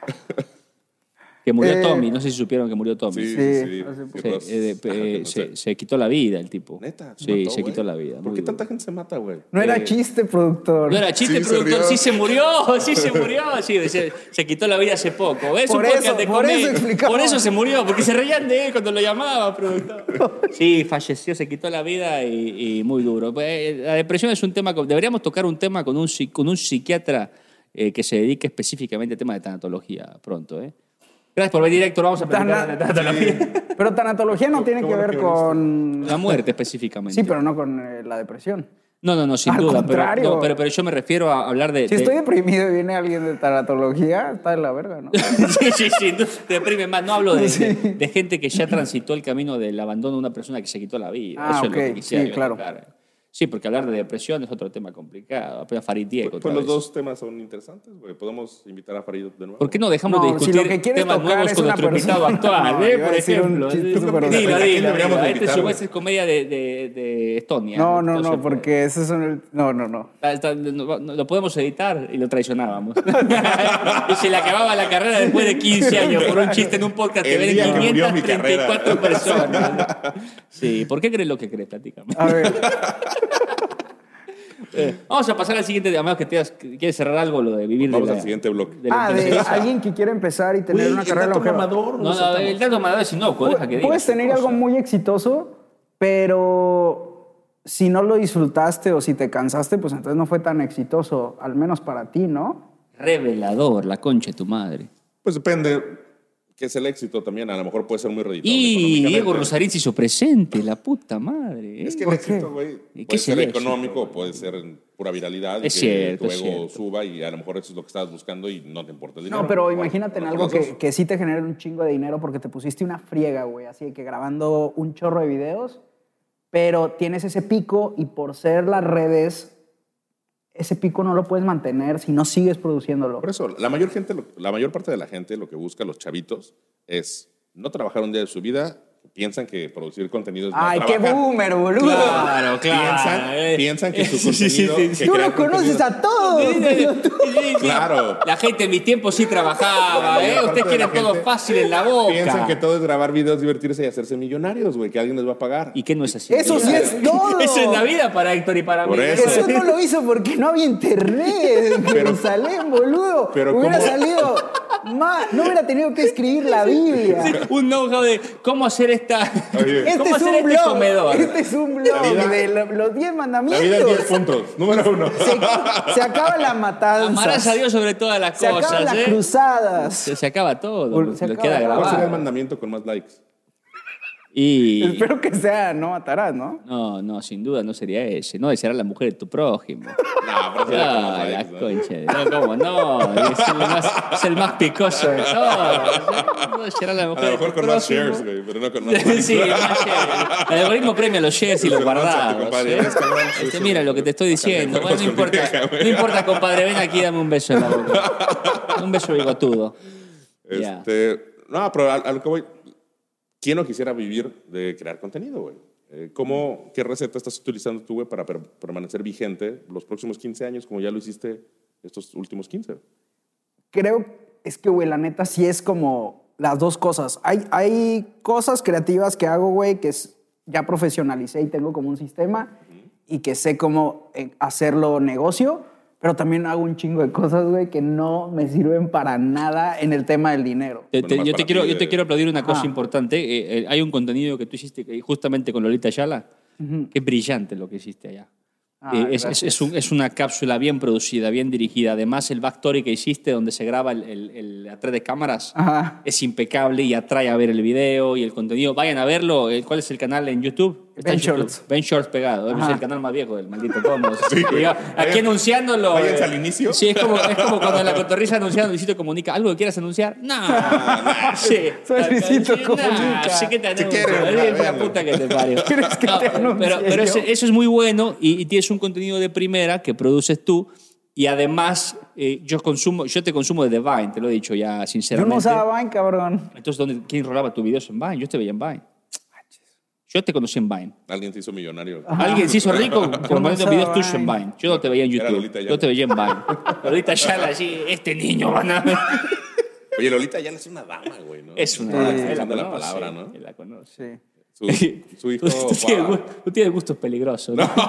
Que murió
Eh,
Tommy, no sé si supieron que murió Tommy.
Sí, sí,
Sí,
sí.
hace
qué
Sí,
cosas.
eh, de- eh,
No
se,
sé.
se quitó la vida el tipo.
Neta.
Sí,
mató,
se
güey.
quitó la vida.
¿Por
muy
qué
duro.
tanta gente se mata, güey?
No era
Eh,
chiste, productor.
No era chiste,
Sí, se
productor.
rió.
Sí se
*laughs*
murió, sí se murió. Sí, se, se quitó la vida hace poco. ¿Ves? Un
Por
podcast
eso,
de
por eso
comedia.
explicamos.
Por eso se murió, porque se reían de él cuando lo llamaba, productor. Sí, falleció, se quitó la vida y, y muy duro. Eh, La depresión es un tema. que- Deberíamos tocar un tema con un, psi- con un psiquiatra eh, que se dedique específicamente al tema de tanatología pronto. ¿eh? Gracias por venir, Héctor. Vamos a platicar de
Tana-
la tanatología.
Pero tanatología no tiene
qué
que
bueno
ver
que
con...
La muerte específicamente.
Sí, pero no con eh, la depresión.
No, no, no, sin
Al
duda. Pero,
contrario.
no, pero, pero yo me refiero a hablar de.
Si
de-
estoy deprimido y viene alguien de taratología, está de la
*laughs*
verga, ¿no?
sí, sí, sí, no, te deprime más. No hablo de,
Sí.
de- de gente que ya transitó el camino del abandono de una persona que se quitó la vida.
Ah,
Eso es lo
ok,
que quisiera
sí,
yo
claro.
tocar. Sí, porque hablar de depresión es otro tema complicado. Apenas Farid Diego.
Pues,
otra
los
vez.
dos temas son interesantes, güey. Podemos invitar a Farid de nuevo.
¿Por qué no dejamos
No,
de
si
discutir
lo que quieres
temas
tocar
nuevos
es
con
una
nuestro invitado
persona-
actual?
*laughs* No,
¿eh?
iba a
Por
decir un
ejemplo.
chiste
Dilo,
súper
dilo,
ofensivo.
dilo.
¿A quién deberíamos
Este
invitar,
su
güey?
es comedia de, de- de Estonia.
No, no,
Entonces,
no, porque esos son el... No, no, no.
Está- Ah, está- no- no- Lo podemos editar y lo traicionábamos. *laughs* y se le acababa la carrera después de 15 años por un chiste en un podcast que
El
ven
día que murió mi
534 personas.
*laughs*
Sí, ¿por qué crees lo que crees? Platícame. *laughs*
A ver,
Eh, Vamos a pasar al siguiente, a menos que te que quieres cerrar algo, lo de vivir de
Vamos
la-
al siguiente bloque.
de la
ah, de
enfermedad.
alguien que quiere empezar y tener una carrera longeva.
No, no, el dato malador es inocuo, deja que diga.
Puedes tener algo muy exitoso, pero si no lo disfrutaste o si te cansaste, pues entonces no fue tan exitoso, al menos para ti, ¿no?
Revelador, la concha de tu madre.
Pues depende que es el éxito también. A lo mejor puede ser muy redituable.
Y Diego
económicamente.
Rosarín se hizo presente, la puta madre. ¿eh?
Es que el éxito, güey,
¿Y qué
puede
es el
ser
éxito,
económico, puede ser en pura viralidad. y
Es
que
cierto,
tu
es
ego
cierto.
suba y a lo mejor eso es lo que estabas buscando y no te importa el dinero.
No, pero
Bueno,
imagínate en
no
algo
conoces.
que, que sí te genere un chingo de dinero porque te pusiste una friega, güey, así de que grabando un chorro de videos, pero tienes ese pico y por ser las redes ese pico no lo puedes mantener si no sigues produciéndolo.
Por eso, la mayor, gente, lo- la mayor parte de la gente lo que busca, los chavitos, es no trabajar un día de su vida. Piensan que producir contenido es no
Ay, qué
trabajar.
boomer, boludo.
Claro,
Piensan,
eh.
piensan que su
Sí, sí,
contenido...
sí, sí, sí.
que
Tú
crean
lo conoces
contenido-
a todos.
Claro.
La gente en mis tiempos sí trabajaba, ¿eh?
Aparte
Ustedes
de
quieren
la
todo
gente,
fácil en la boca.
Piensan que todo es grabar videos, divertirse y hacerse millonarios, güey, que alguien les va a pagar.
¿Y qué no es así?
Eso sí es todo.
Eso es la vida para Héctor y para
Por
mí.
eso.
Jesús no lo hizo porque no había internet
*laughs*
en
Pero-
Jerusalén, boludo.
pero
hubiera
como- *laughs*
salido más, no hubiera tenido que escribir la Biblia.
Sí, un know-how de cómo hacer esta.
Oye.
Este
¿Cómo
es
hacer
un
este
blog.
comedor?
Este es un blog
La vida-
de lo- los 10
La
mandamientos.
vida es 10 puntos. Número uno.
se, se acaba la
Amarás
matanza.
a Dios sobre todas las
Se
cosas.
acaban las
¿eh?
cruzadas.
Se, se acaba todo.
Por- se
lo
acaba
queda
todo.
¿Cuál sería el
grabado.
mandamiento con más likes?
Y.
Espero que sea no matarás, ¿no?
No, no, sin duda no sería ese. No, deseará la mujer de tu prójimo.
No, pero sería con más
Ah, la
likes, ¿no?
concha. de- No, ¿cómo no? Es el más, es el más picoso de todos. No deseará la
A
mujer
lo
de
mejor
tu
con más
prójimo.
shares, güey, pero no con más
*laughs*
likes.
sí, más shares. El algoritmo premia los shares y
*laughs*
los
Pero no,
guardados.
compadre,
¿eh?
eres cabrón,
Este,
sucio,
mira
güey.
lo que te estoy diciendo. ¿eh?
Bájale,
no importa,
vieja, güey.
no importa, compadre. Ven aquí y dame un beso en la
*laughs*
boca. Un beso bigotudo. Ya.
Este, No, pero a, a lo que voy. ¿Quién no quisiera vivir de crear contenido, güey? Eh, ¿Cómo, qué receta estás utilizando tú, güey, para per- permanecer vigente los próximos 15 años, como ya lo hiciste estos últimos 15?
creo, es que, güey, la neta sí es como las dos cosas. Hay, hay cosas creativas que hago, güey, que es- ya profesionalicé y tengo como un sistema y que sé cómo eh, hacerlo negocio, pero también hago un chingo de cosas, güey, que no me sirven para nada en el tema del dinero.
Te-
Bueno,
te-
más
yo,
para
te quiero,
ti
yo
de-
te quiero aplaudir una cosa
Ajá.
importante. Eh, eh, hay un contenido que tú hiciste que- justamente con Lolita Ayala, que es brillante lo que hiciste allá.
Ah,
Eh, es, es-
gracias.
es un- es una cápsula bien producida, bien dirigida. Además, el backstory que hiciste donde se graba el, el- el atrás de cámaras
Ajá.
es impecable y atrae a ver el video y el contenido. Vayan a verlo. Eh, ¿Cuál es el canal en YouTube? en
Ben
YouTube.
Shorts.
Ben Shorts pegado. Es
Ajá.
el canal más viejo del maldito Cosmos.
*laughs* Sí, güey. Eh.
Y yo, aquí
Vayan-
anunciándolo.
váyanse
eh,
al inicio.
Sí, es como, es *laughs* como cuando en la cotorriza anunciando Luisito Comunica. ¿Algo que quieras anunciar? No. sí.
Soy Luisito
No,
Comunica.
sí que te
Si
anuncio.
quieren,
Ay,
a
la
verlo.
puta que te parió.
*laughs* ¿Quieres que te
pero-
anuncie
pero pero ese-
yo?
eso es muy bueno y, y tienes un contenido de primera que produces tú. Y además, eh, yo, consumo, yo te consumo de Vine, te lo he dicho ya
Yo
sinceramente.
no usaba Vine, cabrón.
Entonces, ¿dónde, ¿quién rolaba tus videos en Vine? Yo te veía en Vine. Yo te conocí en Vine.
Alguien se hizo millonario.
Alguien se hizo rico
Yo no
poniendo
usaba
videos tuyos en
Vine.
Vine. Yo no te veía en
Era
YouTube.
Lolita Ayala.
Yo te veía en Vine.
*laughs*
Lolita Ayala, así, este niño van a...
Oye, Lolita ya no es una dama, güey, ¿no?
Es una...
Toda
él
extensión de la
conoce,
palabra, ¿no?
él la conoce.
Sí.
*laughs*
Su, su hijo.
Tú, tú tienes,
Juan.
gu- tú tienes gustos peligrosos. ¿no?
*laughs*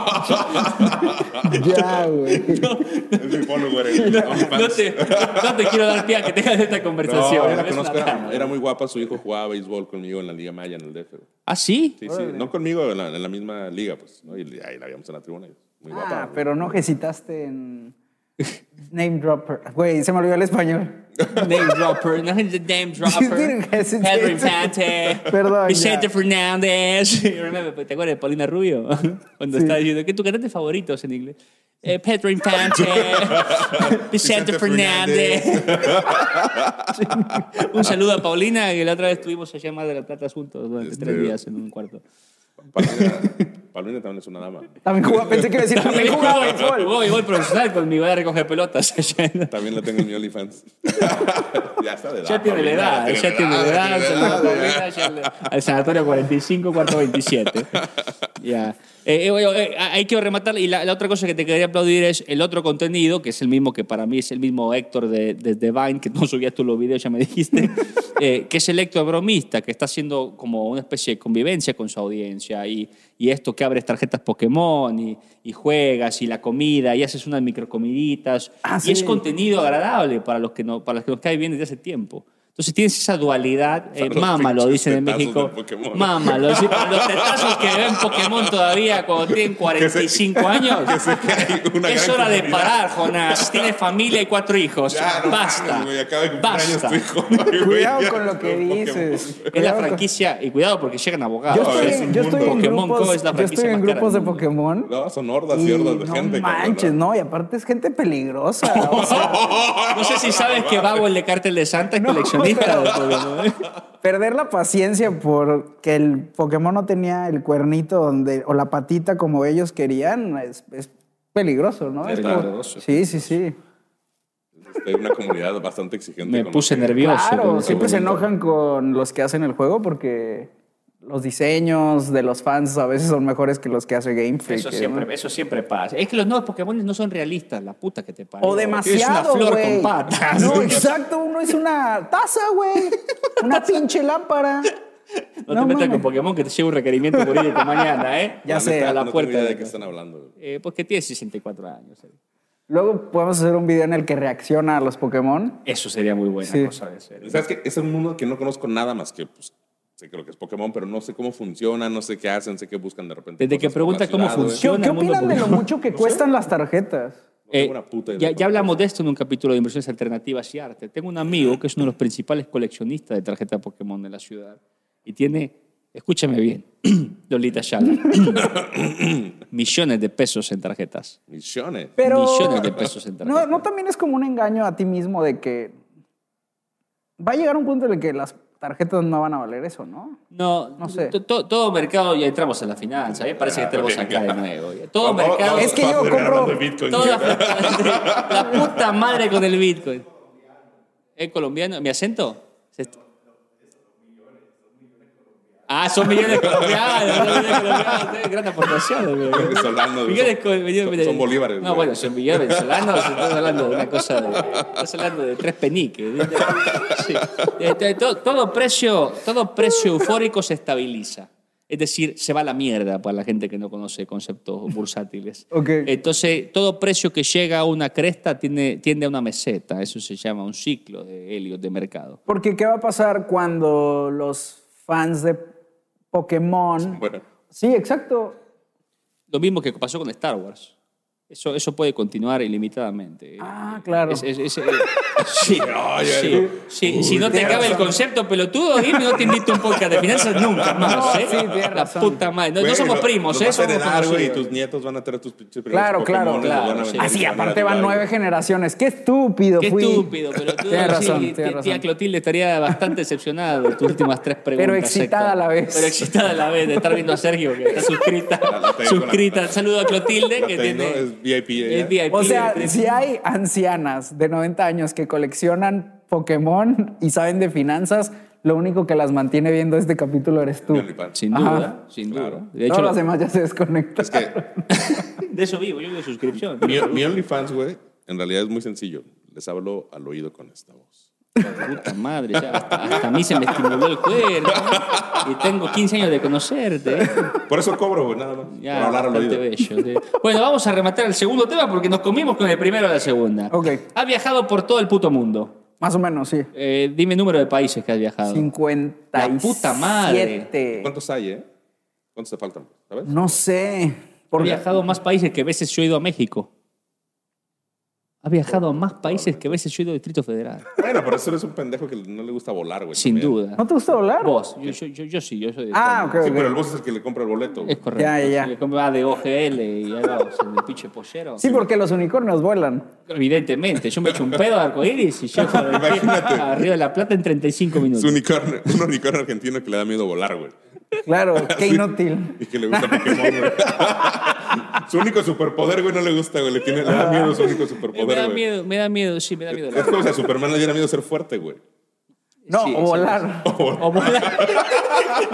Ya,
*laughs*
güey.
Es mi follower. en OnlyFans.
No te, no te quiero dar pie a que tengas esta
No,
conversación.
yo
Es una
la conozco, era,
dama.
era muy guapa. Su hijo jugaba béisbol conmigo en la Liga Maya, en el DF. güey.
¿Ah, sí?
Sí, sí, no conmigo, en la, en la misma liga, pues. ¿no? Y ahí la vimos en la tribuna. y Muy guapa.
*laughs* Ah,
güey.
pero no hesitaste en name dropper. Güey, se me olvidó el español.
*laughs* Name dropper. No es name dropper.
didn't hesitate.
Pedro Infante.
*laughs* Perdón,
Vicente
ya.
Fernández. *laughs* Remember, pues, ¿Te acuerdas de Paulina Rubio? *laughs* Cuando está diciendo, ¿qué es tu cantante favorito en inglés? Eh, Pedro
*laughs*
Infante. Vicente
Vicente Fernández.
Fernández. *laughs* un saludo a Paulina, que la otra vez estuvimos allá en Mar de la Plata juntos durante
Este-
tres días en un cuarto.
*laughs*
Palmina, Palmina también es una dama.
También jugaba, pensé que iba a decir también
*laughs*
jugaba béisbol.
Voy, voy profesional conmigo, voy a recoger pelotas allá *laughs* en-
También la tengo en mi OnlyFans. *laughs* ya está de edad.
Ya tiene la
Palmina,
edad, ya tiene la edad.
tiene
saludos,
edad, ya.
Paulina, ya le- Al sanatorio 45, cuarto 27. Ya. Eh, eh, bueno, eh, ahí quiero rematar. Y la, la otra cosa que te quería aplaudir es el otro contenido, que es el mismo que para mí es el mismo Héctor de, de, de Vine, que no subías tú los videos, ya me dijiste, *laughs* eh, que es el Héctor bromista, que está haciendo como una especie de convivencia con su audiencia. Y, y esto que abres tarjetas Pokémon y, y juegas y la comida y haces unas microcomiditas.
Ah,
y
sí.
es contenido agradable para los que, no, para los que nos cae bien desde hace tiempo. Entonces tienes esa dualidad, eh,
los
mama lo
pinches
dicen en
tetazos
México,
del Pokémon.
mama lo dicen, para los tetazos que ven Pokémon todavía cuando tienen 45 años,
que hay una
es
gran
hora de
comunidad.
parar, Jonás, tienes familia y cuatro hijos,
Ya, no
basta,
mames, güey, acaba de cumplir años
basta.
tu hijo. güey,
Cuidado
ya
con lo
no,
que
Pokémon.
dices.
Es la
Cuidado con-
franquicia, y cuidado porque llegan abogados.
Yo
Ah,
estoy,
es
en-
un
yo estoy en
mundo. Pokémon Go
grupos,
es la
yo
franquicia
estoy en
más cara
grupos de
del mundo.
Pokémon.
No, son hordas y
y
hordas de
no
gente. cabrón,
manches, no, y aparte es gente peligrosa.
*laughs*
o sea,
No sé si sabes que Babo el de Cártel de Santa es
No,
coleccionista
pero-
de Pokémon. ¿eh?
perder la paciencia porque el Pokémon no tenía el cuernito donde, o la patita como ellos querían es, es peligroso, ¿no?
Es
Es como-
peligroso.
Sí, sí, sí.
Este, una comunidad bastante exigente.
Me
con lo
puse
que-
nervioso.
Claro,
güey.
siempre se
momento.
enojan con los que hacen el juego porque los diseños de los fans a veces son mejores que los que hace Game Freak. eh,
Eso
¿no?
siempre, eso siempre pasa. Es que los nuevos Pokémon no son realistas, la puta que te pasa.
O
Es
demasiado,
una flor
güey.
con patas. *laughs*
No, exacto. Uno es una taza, güey.
*laughs*
Una pinche lámpara.
No, te metas
mames.
con Pokémon que te lleva un requerimiento jurídico mañana, ¿eh?
Ya
La
sé,
neta,
a la
no
puerta
Tengo
de
idea de qué
casa.
están hablando. güey.
Eh, porque tiene 64 años. eh.
Luego podemos hacer un video en el que reacciona a los Pokémon.
Eso sería muy buena
Sí.
cosa de ser.
¿Sabes qué? Es un mundo que no conozco nada más que, pues, sé que lo que es Pokémon, pero no sé cómo funciona, no sé qué hacen, sé qué buscan de repente.
Desde que
cosas por la
preguntas cómo
ciudad, güey.
funciona. Yo en
¿Qué, qué
el mundo
opinan de lo
Pokémon. *laughs*
mucho que cuestan las tarjetas?
Eh,
tengo una puta idea
ya,
de
ya hablamos de esto en un capítulo de inversiones alternativas y arte. Tengo un amigo que es uno de los principales coleccionistas de tarjetas Pokémon de la ciudad y tiene, escúchame bien, *clears throat* Lolita Yala, *clears throat* millones de pesos en tarjetas.
Misiones.
Pero,
Millones de pesos en
¿no,
tarjetas.
¿No también es como un engaño a ti mismo de que va a llegar un punto en el que las tarjetas no van a valer eso, ¿no?
No,
No sé.
to- to- todo mercado, ya entramos en la finanza, ¿eh? parece que tenemos acá de nuevo. ya. Todo
Ah, Vamos,
mercado,
vamos,
Es que
vamos
yo
a terminar
compro
hablando de Bitcoin.
toda la, la puta madre con el Bitcoin. ¿Es colombiano? ¿Mi acento? Se est- Ah, son millones colombianos, son millones colombianos, eh, gran aportación. güey.
Venezolanos,
Millones
son-
col- millones-
son- son bolívares,
No,
güey.
bueno, son millones venezolanos, estás hablando de una cosa de... Estás hablando de tres peniques. Sí. Eh, eh, Todo, todo precio, todo precio eufórico se estabiliza. Es decir, se va a la mierda para la gente que no conoce conceptos bursátiles.
Ok.
Entonces, todo precio que llega a una cresta tiene, tiende a una meseta. Eso se llama un ciclo de helios de mercado.
Porque ¿qué va a pasar cuando los fans de Pokémon...
Bueno,
Sí, exacto.
Lo mismo que pasó con Star Wars. Eso, eso puede continuar ilimitadamente.
Ah, claro.
Es- es-
*laughs*
es- eh, sí,
No, ya
sí,
digo,
sí. si no te
tienes
cabe el
razón.
concepto pelotudo, dime, no te invito a un podcast de finanzas nunca más.
No,
¿eh?
*laughs* sí, tienes
La
razón.
puta madre. No, no
güey,
somos
lo-
primos,
los
¿eh?
vas a
somos
heredar, güey, y
conocidos.
tus nietos van a tener tus pinches primeros
Claro, claro,
Pokémones, los
claro,
van a
sí.
vender,
Así,
los van a
aparte van
jugar, güey.
nueve generaciones. Qué estúpido
Qué
fui.
estúpido,
*laughs*
pelotudo.
Tienes
Sí,
razón,
tía-
tienes razón.
Tía Clotilde estaría bastante decepcionada de tus últimas tres preguntas.
*laughs* Pero
Héctor.
excitada a la vez.
Pero excitada a la vez de estar viendo a Sergio, que está suscrita.
La- la tengo,
suscrita.
la-
Saludo a Clotilde,
La
que
tengo,
tiene...
es VIP ella.
es VIP.
O sea,
tiene-
si hay ancianas de 90 años que coleccionan Pokémon y saben de finanzas, lo único que las mantiene viendo este capítulo eres tú.
Mi OnlyFans.
Sin
Ajá.
duda, sin duda.
Claro.
De hecho,
Todos los demás ya se desconectan.
Es que
de eso vivo, yo de suscripción.
mi, mi OnlyFans, güey, en realidad es muy sencillo. Les hablo al oído con esta voz.
Puta madre, ya hasta, hasta a mí se me estimuló el cuerpo. Y tengo 15 años de conocerte.
Por eso cobro, güey, nada más.
Ya,
por hablar al
bastante
oído.
bello, sí. Bueno, vamos a rematar el segundo tema porque nos comimos con el primero de la segunda.
Ok.
Has viajado por todo el puto mundo.
Más o menos, sí.
Eh, dime el número de países que has viajado.
57.
La puta madre.
¿Cuántos hay, eh? ¿Cuántos te faltan? ¿Sabes?
No sé.
Has
Por
viajado a más países que veces yo he ido a México. Has viajado a más países que veces yo he ido al Distrito Federal.
Bueno, por eso eres un pendejo que no le gusta volar, güey.
Sin
también.
duda.
¿No te gusta volar?
Vos, yo, yo, yo- yo sí, yo soy de
Ah, ok,
Sí,
ok.
pero el vos es el que le compra el boleto.
*laughs*
güey.
Es correcto.
Ya, ya, ya.
Sí, como va de OGL y ya vamos, en el pinche pollero.
Sí, porque los unicornios vuelan.
Evidentemente, yo me echo un pedo de arcoíris y
*laughs*
llego de
Imagínate.
a Río de la Plata en 35
Es
minutos.
unicornio, un unicornio argentino que le da miedo volar, güey. *laughs*
Claro, qué inútil.
Y que le gusta Pokémon,
*laughs*
güey. su único superpoder, güey, no le gusta, güey. Le, tiene, le da miedo su único
Eh, me da
superpoder, güey.
miedo, me da miedo, sí, me da miedo.
Es como si a Superman le diera miedo ser fuerte, güey.
No,
Sí,
o volar.
O
*laughs*
volar.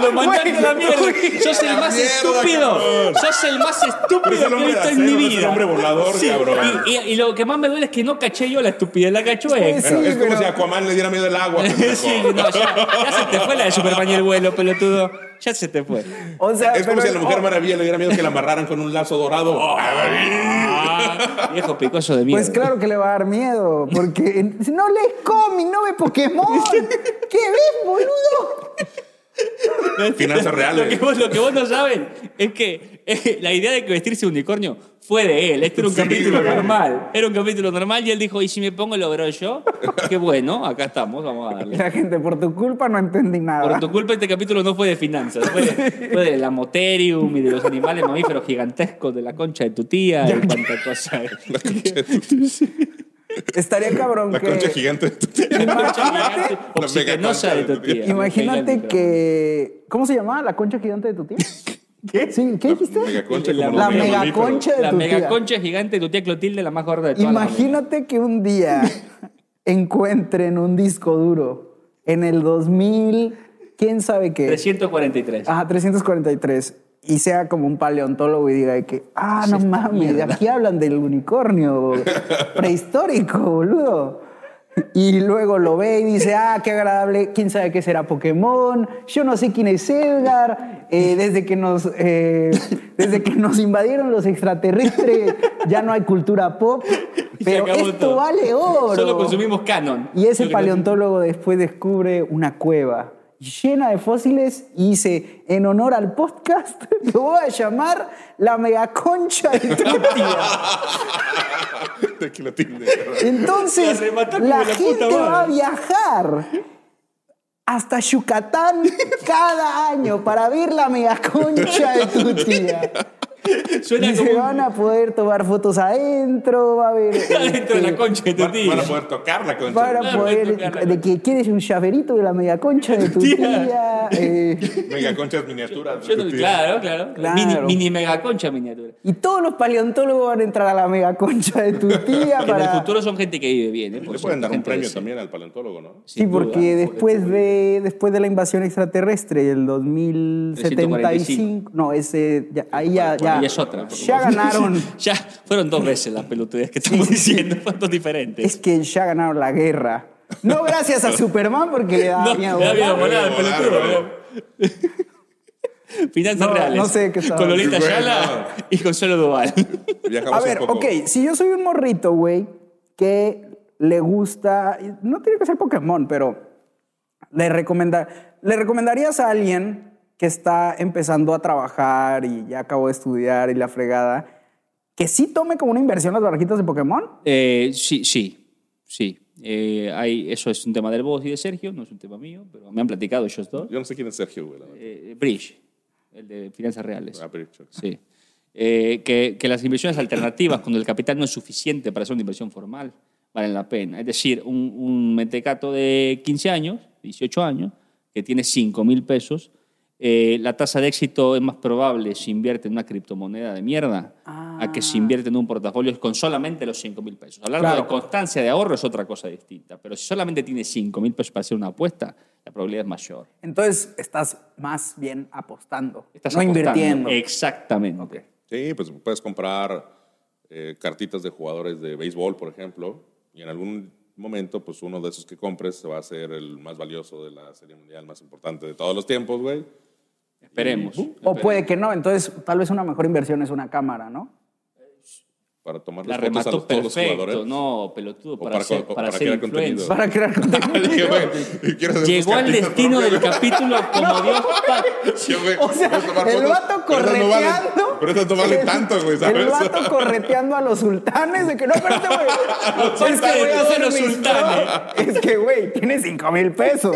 Lo mandaste a la mierda. Sos el más
mierda,
estúpido.
cabrón.
Sos el más
Pero es
estúpido
el
que he
hombre de
visto en mi
acero, no es el
vida.
hombre volador, cabrón.
Y, y- y lo que más me duele es que no caché yo la estupidez, la cachó él.
Sí,
es como
pero-
si a Aquaman le diera miedo
*laughs*
el agua. pendejo.
Sí, no, ya, ya se te fue la de Superman y el vuelo, pelotudo. Ya se te fue.
O sea,
es como
pero-
si a la Mujer
oh,
Maravilla le diera miedo que la amarraran con un lazo dorado.
Oh, Ah, viejo picoso de mierda.
Pues claro que le va a dar miedo, porque *laughs* no lees cómic, no ve
*laughs*
Pokémon. ¿Qué ves, boludo?
*laughs* Finanzas
Lo que,
reales.
vos, lo que vos no saben es que eh, la idea de que vestirse de unicornio fue de él. Este era un
Sí,
capítulo
güey.
normal. Era un capítulo normal y él dijo, ¿y si me pongo el overall
*laughs*
yo? Qué bueno, acá estamos, vamos a
Y
darle.
la gente, por tu culpa no entendí nada.
Por tu culpa este capítulo no fue de finanzas, fue, fue del amoterium y de los animales mamíferos gigantescos, de la concha de tu tía y cuánta
*laughs*
cosa.
La concha de tu-
Estaría cabrón
La
que...
concha gigante de tu tía.
Imagínate,
La
Oxigenosa
megaconcha
de tu tía.
*laughs*
imagínate que... ¿Cómo se llamaba la concha gigante de tu tía?
¿Qué?
Sí, ¿Qué dijiste?
Megaconcha
La-
como
La
los megamamíferos.
megaconcha de
La
tu
mega
tía.
concha gigante de tu tía Clotilde, la más gorda de todas las
Imagínate que un
*laughs*
día encuentren un disco duro en el 2000, quién sabe qué.
343.
Ajá, 343. Y sea como un paleontólogo y diga de que, ah, no mames, de aquí hablan del
*laughs*
unicornio prehistórico, boludo. Y luego lo ve y dice, ah, qué agradable, quién sabe qué será Pokémon, yo no sé quién es Edgar, eh, desde, que nos, eh, desde que nos invadieron los extraterrestres ya no hay cultura pop,
*laughs* Y se
pero
acabó
esto
todo.
vale oro.
Solo consumimos canon.
Y ese
Lo que no-
paleontólogo después descubre una cueva llena de fósiles y dice, en honor al podcast, *laughs* lo voy a llamar la
*laughs*
megaconcha de tu
*laughs*
tía.
Tequila Tinder.
Entonces,
La remató
la,
como la puta
gente va a
madre.
viajar hasta Yucatán cada año para ver la megaconcha de tu tía.
*laughs* Suena
Y
como
se
un-
van a poder tomar fotos adentro, va a haber...
*laughs* adentro de la
este,
concha de tu
Van,
tía.
van a poder tocar la concha.
Para
Ah,
poder,
puedes tocarla.
de que quieres un llaverito de la media concha de tu
Tía.
tía.
*laughs*
eh,
Megaconchas miniaturas.
Yo no-
Sí.
claro, claro.
Claro.
Mini, mini mega concha miniatura.
y todos los paleontólogos van a entrar a la mega concha de
*laughs*
tu tía
Que en el
para.
futuro son gente que vive bien. ¿eh? Por
Le
cierto,
pueden dar un
gente
premio
decente.
también al paleontólogo, ¿no?
Sí,
Sin
porque
duda. Este,
después de, después de la invasión extraterrestre del 2075, no, ese, ya- ahí ya, ya,
Y es otra.
ya
*laughs*
ganaron,
Ya fueron dos veces las pelotudas que estamos diciendo, fueron dos diferentes.
es que ya ganaron la guerra. No gracias
*laughs*
a Superman porque le daba
No,
miedo.
le da miedo volar al
Le da miedo
pelotudo.
volar,
¿no? Finanzas
No,
reales.
no sé de qué estaba.
Con Lolita
Bueno.
Ayala y Consuelo
*laughs*
Duval.
Viajamos
A ver,
un poco.
ok, si yo soy un morrito, güey, que le gusta, no tiene que ser Pokémon, pero le, recomendar, le recomendarías a alguien que está empezando a trabajar y ya acabó de estudiar y la fregada, que sí tome como una inversión las barraquitas de Pokémon.
Eh, sí, sí, sí. Eh, hay, eso es un tema del vos y de Sergio, no es un tema mío, pero me han platicado ellos dos.
Yo no sé quién es Sergio, güey. la verdad.
Eh, Bridge, el de finanzas reales.
Ah, pero yo-
Sí. Eh, que, que las inversiones alternativas, cuando el capital no es suficiente para hacer una inversión formal, valen la pena. Es decir, un, un mentecato de 15 años, 18 años, que tiene 5 mil pesos, eh, la tasa de éxito es más probable si invierte en una criptomoneda de mierda a que si invierte en un portafolio con solamente los 5 mil pesos. Hablar de
Claro.
constancia de ahorro es otra cosa distinta, pero si solamente tiene 5 mil pesos para hacer una apuesta, la probabilidad es mayor.
Entonces estás más bien apostando,
Estás
no
apostando.
invirtiendo.
Exactamente.
Sí, pues puedes comprar eh, cartitas de jugadores de béisbol, por ejemplo, y en algún momento, pues uno de esos que compres se va a ser el más valioso de la Serie Mundial, más importante de todos los tiempos, güey.
Esperemos.
O puede que no, entonces tal vez una mejor inversión es una cámara, ¿no?
Para tomar
La
las fotos a
remató
los- todos los
perfecto,
jugadores. *laughs*
no, pelotudo, para,
para
ser,
co- o
para
para
ser
crear contenido.
influencer.
Para crear contenido.
Dije, güey, ¿quieres hacer
Llegó
tus
al
cartitas
destino
propias,
del capítulo como Dios pa- *laughs*
güey? Sí, güey,
*laughs* O sea,
puedes tomar
el
fotos,
vato
pero esas
correteando.
no valen- Pero esas no valen
*laughs* el-
tanto, güey, ¿sabes? *laughs*
El vato correteando a los sultanes de que no, espérate, güey. es que voy a
sultanes,
hacer
los
mis
sultanes.
pro- *laughs* Es que, güey, tiene 5
*laughs*
mil pesos.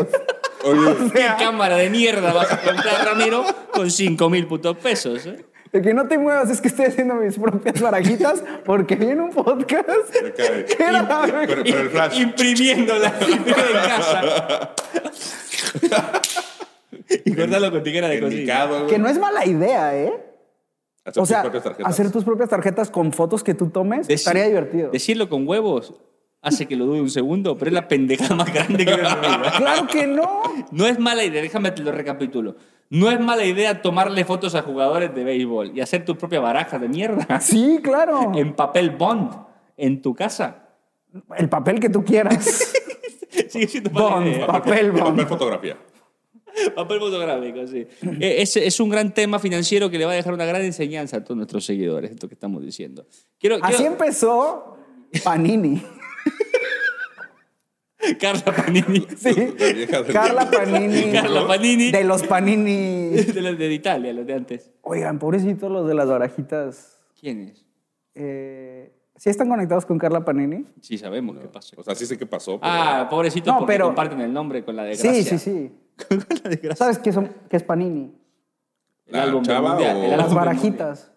Oye,
*laughs* O
¿Qué
sea,
cámara de mierda vas a comprar, Ramiro? Con 5 mil putos pesos. eh?
de que no te muevas, es que estoy haciendo mis propias barajitas porque viene un podcast.
cae.
*laughs* que era la
pero,
verga.
pero el flash.
Imprimiéndola imprime en casa.
*laughs*
y cortarlo con tijera de cocina.
indicado, güey.
Que no es mala idea, ¿eh?
Hacer
O
tus
sea,
propias tarjetas.
hacer tus propias tarjetas con fotos que tú tomes
Deci-
estaría divertido.
Decirlo con huevos hace que lo dude un segundo, pero es la pendejada más grande que he visto en mi vida.
Claro
*laughs*
que no.
No es mala idea, déjame te lo recapitulo. No es mala idea tomarle fotos a jugadores de béisbol y hacer tu propia baraja de mierda
*laughs* Sí, claro.
en papel bond en tu
*laughs*
casa.
El papel que tú
*laughs*
quieras.
Sigue siendo mala
Bond,
Eh,
idea.
papel, bond.
Papel fotografía.
Papel fotográfico, sí. Eh, Es, es un gran tema financiero que le va a dejar una gran enseñanza a todos nuestros seguidores, esto que estamos diciendo. Quiero, *laughs*
Así
quiero-
empezó
*laughs*
Panini.
Carla Panini,
*laughs* Sí.
La vieja del- *laughs*
Carla Panini.
Carla Panini.
De los Panini.
de los de Italia, los de antes.
Oigan, pobrecitos los de las barajitas.
¿Quién es?
Eh, ¿Sí están conectados con Carla Panini?
Sí, sabemos qué pasó.
O sea, sí sé qué pasó. pero-
Ah, pobrecito,
No,
porque
pero-
comparten el nombre con la desgracia.
Sí, sí, sí. ¿Sabes qué, son, qué es Panini?
El
¿La
álbum del
chava
mundial,
o-
el álbum
Las
del
barajitas.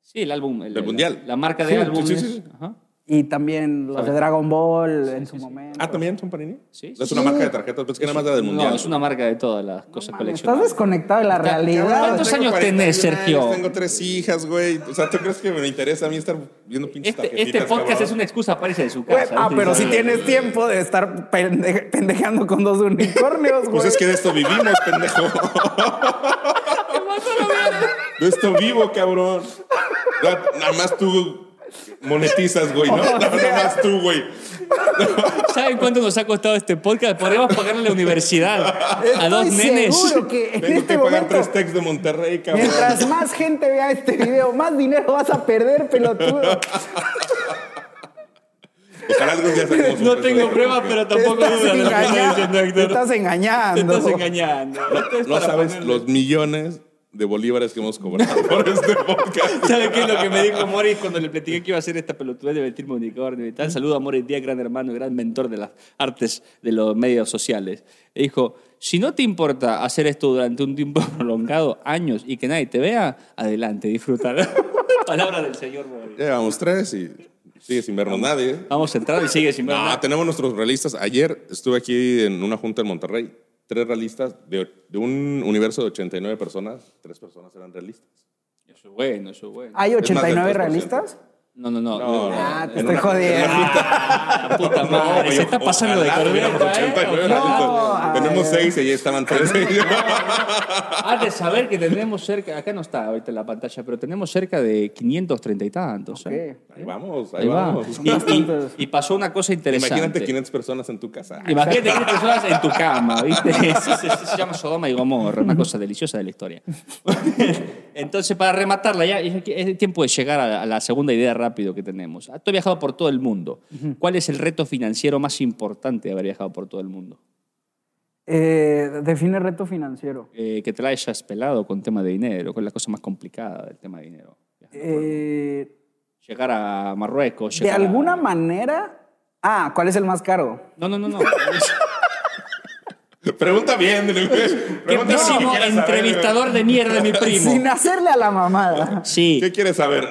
Sí, el álbum. El,
Del
la-
mundial.
La, marca de
Sí, sí,
álbumes.
sí, sí.
Ajá.
Y también los de Dragon Ball en su momento.
Ah, ¿también son Panini?
Sí,
Es una marca de tarjetas, pues que nada más la del mundial.
No, es una marca de todas las cosas
Estás
coleccionables.
desconectado de la
Está-
realidad.
¿Cuántos
Ah, Tengo
años
41
tenés, Sergio?
años, tengo tres hijas, güey. O sea, ¿tú crees que me interesa a mí estar viendo pinches
Este, este
tarjetitas,
podcast
cabrón?
es una excusa para irse de su
Güey,
casa.
ah,
¿no?
pero si tienes tiempo de estar pende- pendejeando con dos unicornios,
*laughs*
güey.
Pues es que de esto vivimos, pendejo. De esto vivo, cabrón. Na- Nada más tú monetizas, güey, ¿no? Nada más tú, güey.
¿Saben cuánto nos ha costado este podcast? Podríamos pagarle la universidad a dos
Estoy
nenes.
seguro que en
Tengo
este
que pagar
momento,
tres techs de Monterrey, cabrón.
mientras más gente vea este video, más dinero vas a perder, pelotudo.
Ojalá algún día saquemos un
No
precio
tengo
de-
pruebas, pero *laughs* tampoco
Te
duda de lo que está
engañando.
diciendo
Te
Héctor.
estás
Te
engañando.
estás engañando. Esto es
No
para
sabes
ponerle-
los millones de bolívares que hemos cobrado *laughs* por este podcast.
¿Sabe qué es lo que me dijo Moris cuando le platiqué que iba a hacer esta pelotudez de vestirme de unicornio y tal? Saludo a Moris Díaz, gran hermano, gran mentor de las artes de los medios sociales. Le dijo, si no te importa hacer esto durante un tiempo *laughs* prolongado, años, y que nadie te vea, adelante, disfrutar. Palabra del señor Moris.
Ya llevamos tres y sigue sin vernos nadie.
Vamos a entrar y sigue sin ver
No,
nada.
tenemos nuestros realistas. Ayer estuve aquí en una junta en Monterrey. Tres realistas de, de un universo de 89 personas, tres personas eran realistas.
Eso es bueno, eso es bueno.
¿Hay
Es más del
89
3%.
realistas?
No, no, no.
No, no.
Ah,
En
te estoy
una-
jodiendo.
Ah, puta madre,
güey,
se está pasando de
ojalá
corbeta,
tuviéramos 89
¿eh?
realistas.
No,
Tenemos
ay,
seis y allí estaban tres.
*laughs*
Has de saber que tenemos cerca, acá no está ahorita en la pantalla, pero tenemos cerca de 530 y tantos. ¿eh?
Ok.
ahí vamos, ahí,
Ahí va.
vamos.
Y, y- y pasó una cosa interesante.
Imagínate 500 personas en tu casa.
Imagínate 500 personas en tu cama, ¿viste? Eso se, se llama Sodoma y Gomorra, una cosa deliciosa de la historia. *laughs* Entonces, para rematarla, ya es es el tiempo de llegar a la, a la segunda idea rápido que tenemos. Ah, Tú has viajado por todo el mundo. ¿Cuál es el reto financiero más importante de haber viajado por todo el mundo?
Eh, define reto financiero.
Eh, que te la hayas pelado con tema de dinero, con la cosa más complicada del tema de dinero.
Eh,
Llegar a Marruecos.
de
llegar a-
alguna manera. Ah, ¿cuál es el más caro?
No, no, no, no.
*laughs* Pregunta bien, güey.
Qué
Pregunta lo que
pésimo
quieras saber, güey.
entrevistador de mierda mi
*laughs*
primo.
Sin hacerle a la mamada.
Sí.
¿Qué
*laughs*
quieres saber?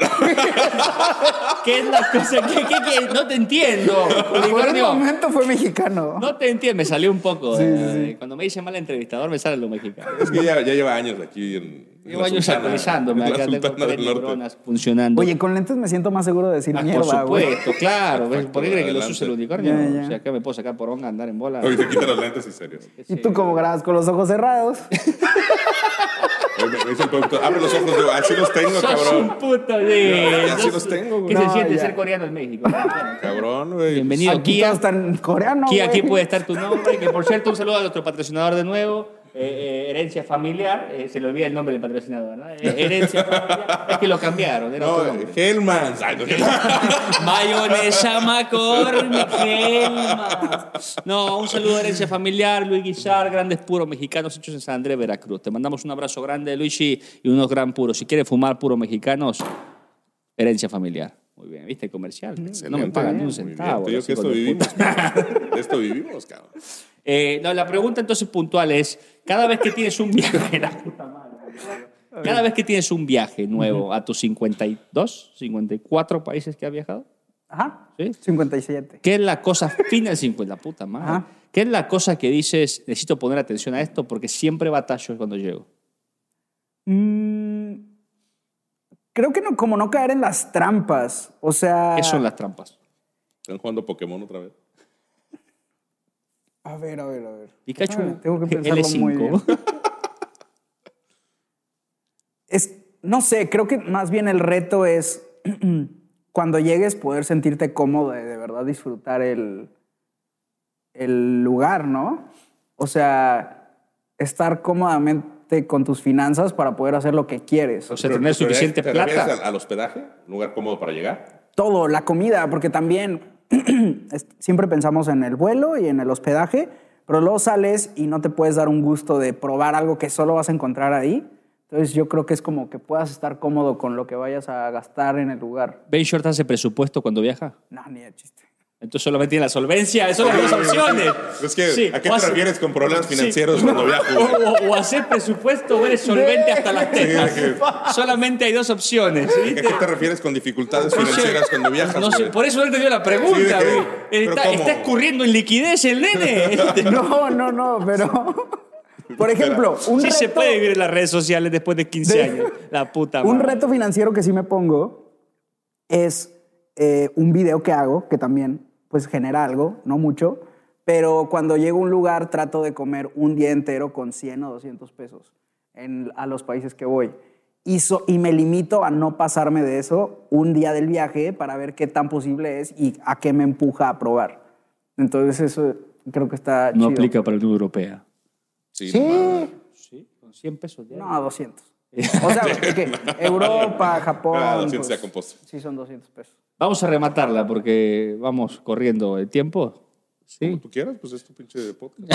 ¿Qué es la cosa? ¿Qué, qué, qué? No te
*laughs*
entiendo.
*laughs* Por el
Unicornio.
momento fue mexicano.
No te entiendo, me salió un poco. eh, Cuando me dice mal entrevistador, me sale lo mexicano.
es que ya, ya lleva años aquí en. en
Llevo
la
años
Sultana,
actualizándome.
en la
Acá tengo
Sultana
tres
del Norte.
neuronas funcionando.
Oye, con lentes me siento más seguro de decir
Ah, por
mierda, güey.
supuesto, claro. ¿ves? ¿Por qué cree que lo
Adelante.
use el unicornio?
Ya, ya.
O sea, acá me puedo sacar por onga, andar en bola.
Oye, te quita los lentes y serios.
Y tú como grabas con los ojos cerrados.
Oye, Me dice el productor, abre los ojos, digo, así los
Sos
tengo, cabrón.
un puto de.
Ya, ya sí los tengo, güey.
¿Qué se
No,
siente
ya.
ser coreano en México?
Cabrón, güey.
Bienvenido,
Aquí
Kia.
todos están coreanos,
Aquí, aquí pues.
güey.
puede estar tu nombre, que por cierto, un saludo a nuestro patrocinador de nuevo, eh, eh, Herencia Familiar, eh, se le olvida el nombre del patrocinador, ¿no? Eh, Herencia Familiar, es que lo cambiaron, era otro
No,
nombre.
Hellmans. Ay, no,
Mayonesa McCormick, Helma. No, un saludo a Herencia Familiar, Luis Guillar, grandes puros mexicanos hechos en San Andrés, Veracruz. Te mandamos un abrazo grande, Luigi, y unos gran puros. Si quieres fumar puros mexicanos, Herencia Familiar. Muy bien, ¿viste? Comercial. *laughs* No me pagan ni un
Muy bien,
centavo.
te digo
los
que
hijos
esto
de puta.
vivimos. De esto vivimos, cabrón.
Eh, no, la pregunta entonces puntual es, cada vez que tienes un viaje, *laughs* la puta madre, cada vez que tienes un viaje nuevo a tus 52, 54 países que has viajado,
Ajá.
¿Sí?
57.
¿qué es la cosa fina 50, la puta madre?
Ajá.
¿Qué es la cosa que dices, necesito poner atención a esto porque siempre batallo cuando llego?
Mm, creo que no, como no caer en las trampas. O sea.
¿Qué son las trampas?
Están jugando Pokémon otra vez.
A ver, a ver, a ver.
Pikachu,
Ah,
*laughs*
tengo que pensarlo
L5.
muy bien. Es, no sé, creo que más bien el reto es *clears throat* cuando llegues poder sentirte cómodo de, de verdad disfrutar el, el lugar, ¿no? O sea, estar cómodamente con tus finanzas para poder hacer lo que quieres.
o sea, tener suficiente
¿Te refieres
plata.
Al, al hospedaje, un lugar cómodo para llegar.
Todo, la comida, porque también *clears throat* es- siempre pensamos en el vuelo y en el hospedaje, pero luego sales y no te puedes dar un gusto de probar algo que solo vas a encontrar ahí. Entonces yo creo que es como que puedas estar cómodo con lo que vayas a gastar en el lugar.
¿Ben Short hace presupuesto cuando viaja?
No, ni de chiste. *laughs*
Entonces solamente tiene la solvencia, eso son las dos opciones.
Es que,
Sí,
¿a qué
o
te
hace-
refieres con problemas
Sí.
financieros cuando viajas?
O, o- o haces presupuesto o eres solvente hasta las tetas.
Sí,
Solamente hay dos opciones.
¿A
¿viste?
qué te refieres con dificultades financieras cuando viajas?
No sé,
güey?
por eso no te dio la pregunta.
Sí, de que-
güey.
pero
está,
¿cómo?
está escurriendo en liquidez el
*laughs*
nene. Este,
No, no, no, pero. *laughs* Por ejemplo, un
sí
reto,
se puede vivir en las redes sociales después de 15
De-
años. La puta
un
madre.
reto financiero que sí me pongo es eh, un video que hago, que también pues genera algo, no mucho, pero cuando llego a un lugar trato de comer un día entero con 100 o 200 pesos en, a los países que voy. Y, so- y me limito a no pasarme de eso un día del viaje para ver qué tan posible es y a qué me empuja a probar. Entonces eso creo que está
No
chido.
aplica para la Unión Europea.
Sí,
Sí.
Sí, con 100 pesos diarios.
*laughs*
No, 200. O sea, que Europa, Japón. pues,
Ah, 200 ya compuso.
Sí, son 200 pesos.
Vamos a rematarla porque vamos corriendo el tiempo. Sí.
Tú quieras, pues es tu pinche podcast.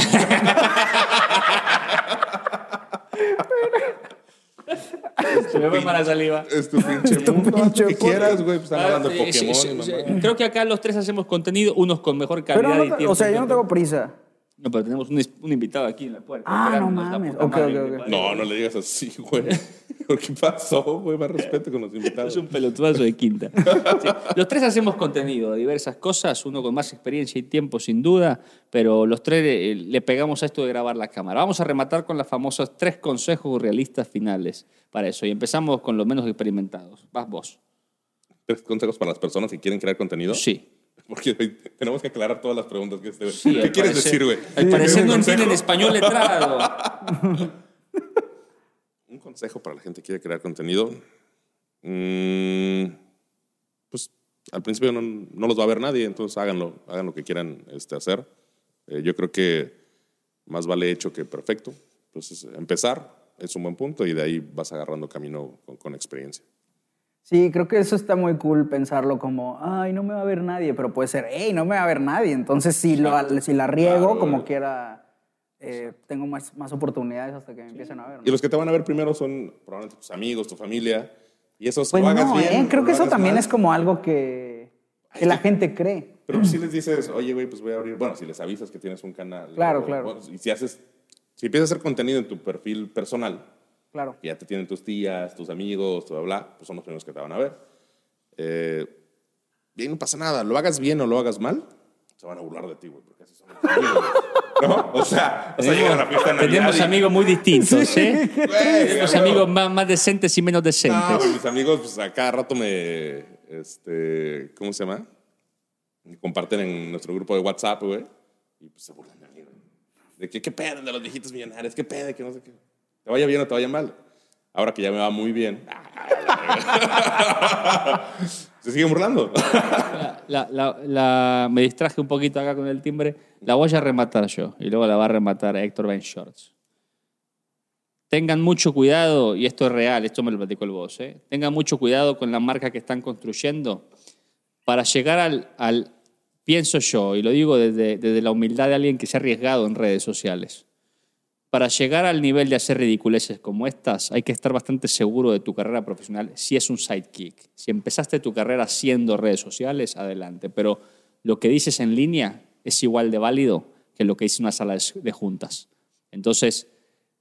Se me fue para la saliva.
Es tu pinche mundo. haz
pinche
lo que
podcast.
quieras, güey. Pues están hablando de
Ah, sí,
Pokémon.
sí,
y
sí,
mamá.
Creo que acá los tres hacemos contenido, unos con mejor
Pero
calidad
no,
y
te-
tiempo.
o sea, yo no
que otros.
tengo prisa.
No, pero tenemos un, un invitado aquí en la puerta.
Ah,
esperando,
no
esta
mames.
puta
Ok,
madre
ok,
que
ok.
parió.
No, no le digas así, güey. *laughs* ¿Qué pasó, güey? Más respeto con los invitados.
Es un pelotudazo de
*laughs*
quinta. Sí. Los tres hacemos contenido de diversas cosas, uno con más experiencia y tiempo sin duda, pero los tres eh, le pegamos a esto de grabar la cámara. Vamos a rematar con las famosas tres consejos realistas finales para eso y empezamos con los menos experimentados. Vas vos.
Tres consejos para las personas que quieren crear contenido. *laughs*
Sí.
Porque güey, tenemos que aclarar todas las preguntas que este güey.
Sí,
¿Qué
al
quieres
parecer-
decir, güey?
Al parecer
¿Un
no entienden
consejo?
español letrado.
*laughs* Un consejo para la gente que quiere crear contenido. Mm, pues al principio no, no los va a ver nadie, entonces háganlo, hagan lo que quieran este, hacer. Eh, yo creo que más vale hecho que perfecto. Entonces, empezar es un buen punto y de ahí vas agarrando camino con, con experiencia.
Sí, creo que eso está muy cool pensarlo como, ay, no me va a ver nadie, pero puede ser, hey, no me va a ver nadie. Entonces, si, lo, si la riego,
Claro,
como
güey.
quiera, eh, tengo más, más oportunidades hasta que me empiecen a ver. ¿no?
Y los que te van a ver primero son probablemente tus amigos, tu familia. Y esos
Pues
lo hagas
no,
bien,
eh, creo
lo
que eso
hagas
también
mal.
es como algo que, que la gente cree.
Pero pues, si les dices, oye, güey, pues voy a abrir. Bueno, si les avisas que tienes un canal.
Claro,
o-
claro.
o- Y si haces. Si empiezas a hacer contenido en tu perfil personal,
Claro.
que ya te tienen tus tías, tus amigos, tu bla, bla, pues son los primeros que te van a ver. Eh, y ahí no pasa nada. Lo hagas bien o lo hagas mal, se van a burlar de ti, güey, porque así son los amigos, güey. ¿No? O sea, o sea llegan a la fiesta de Navidad.
Tenemos
y,
amigos muy distintos, ¿eh?
güey,
Tenemos
güey,
amigos más, más decentes y menos decentes. *laughs*
no, güey, mis amigos, pues a cada rato me. Este, ¿Cómo se llama? Me comparten en nuestro grupo de WhatsApp, güey. Y pues se burlan de mí, güey. De que, qué pedo de los viejitos millonarios, qué pedo, que no sé qué. Te vaya bien o te vaya mal. Ahora que ya me va muy bien. *laughs* se siguen burlando.
La- la- la- me distraje un poquito acá con el timbre. La voy a rematar yo y luego la va a rematar Héctor Ben Shorts. Tengan mucho cuidado, y esto es real, esto me lo platicó el boss, ¿eh? tengan mucho cuidado con la marca que están construyendo para llegar al, al- pienso yo, y lo digo desde, desde la humildad de alguien que se ha arriesgado en redes sociales, para llegar al nivel de hacer ridiculeces como estas, hay que estar bastante seguro de tu carrera profesional si es un sidekick. Si empezaste tu carrera haciendo redes sociales, adelante, pero lo que dices en línea es igual de válido que lo que dice una sala de- de juntas. Entonces,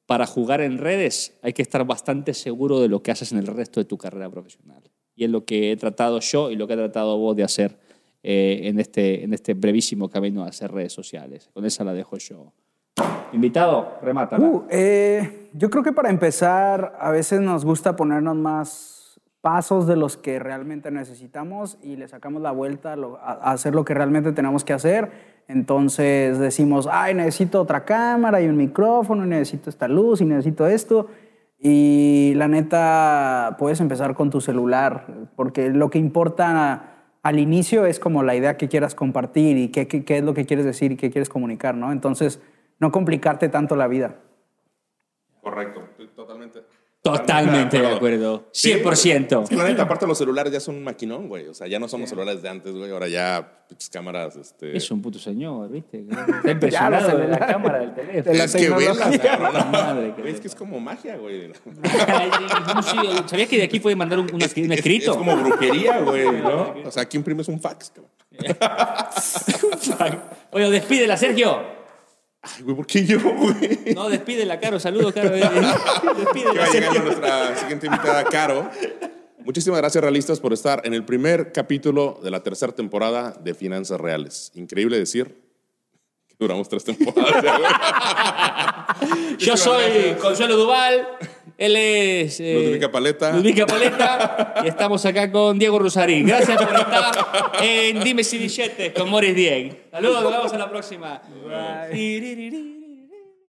para jugar en redes hay que estar bastante seguro de lo que haces en el resto de tu carrera profesional. Y es lo que he tratado yo y lo que he tratado vos de hacer eh, en, este, en este brevísimo camino a hacer redes sociales. Con esa la dejo yo. Invitado, remátala.
Uh, eh, yo creo que para empezar, a veces nos gusta ponernos más pasos de los que realmente necesitamos y le sacamos la vuelta a, lo- a- a hacer lo que realmente tenemos que hacer. Entonces decimos, ay, necesito otra cámara y un micrófono, y necesito esta luz y necesito esto. Y la neta, puedes empezar con tu celular, porque lo que importa al inicio es como la idea que quieras compartir y qué, qué- qué es lo que quieres decir y qué quieres comunicar, ¿no? Entonces, no complicarte tanto la vida.
Correcto, estoy totalmente.
Totalmente de acuerdo. 100%.
Es que la neta, aparte los celulares ya son un maquinón, güey. O sea, ya no son los celulares de antes, güey. Ahora ya, pinches cámaras, este.
Es un puto señor, *laughs* ¿viste? Está impresionado
hablas
de
en
la
el-
cámara del teléfono.
de la
es que
tecnología.
velas, cabrón.
Madre que
Güey, es
te
que es como magia, güey.
*laughs* Ay, no, sí, ¿Sabías que de aquí puede mandar un, un- un
Es-
escrito?
Es, como brujería, güey, ¿no? O sea, aquí imprimes un fax, cabrón.
*laughs* Oye, despídela, Sergio.
Ay, güey, ¿por qué yo, güey?
No, despídela, Caro. Saludos, Caro. eh.
Que va
Despídela,
llegando
Sergio.
nuestra siguiente invitada, Caro. Muchísimas gracias, realistas, por estar en el primer capítulo de la tercera temporada de Finanzas Reales. Increíble decir que duramos tres temporadas. ¿eh?
Yo soy Consuelo Duval. Él es. eh,
Ludvica Paleta.
Ludvica Paleta. Y estamos acá con Diego Rusarín. Gracias por estar en Dime si billetes con Moris Dieg. Saludos, nos vemos en la próxima. Tiririrí.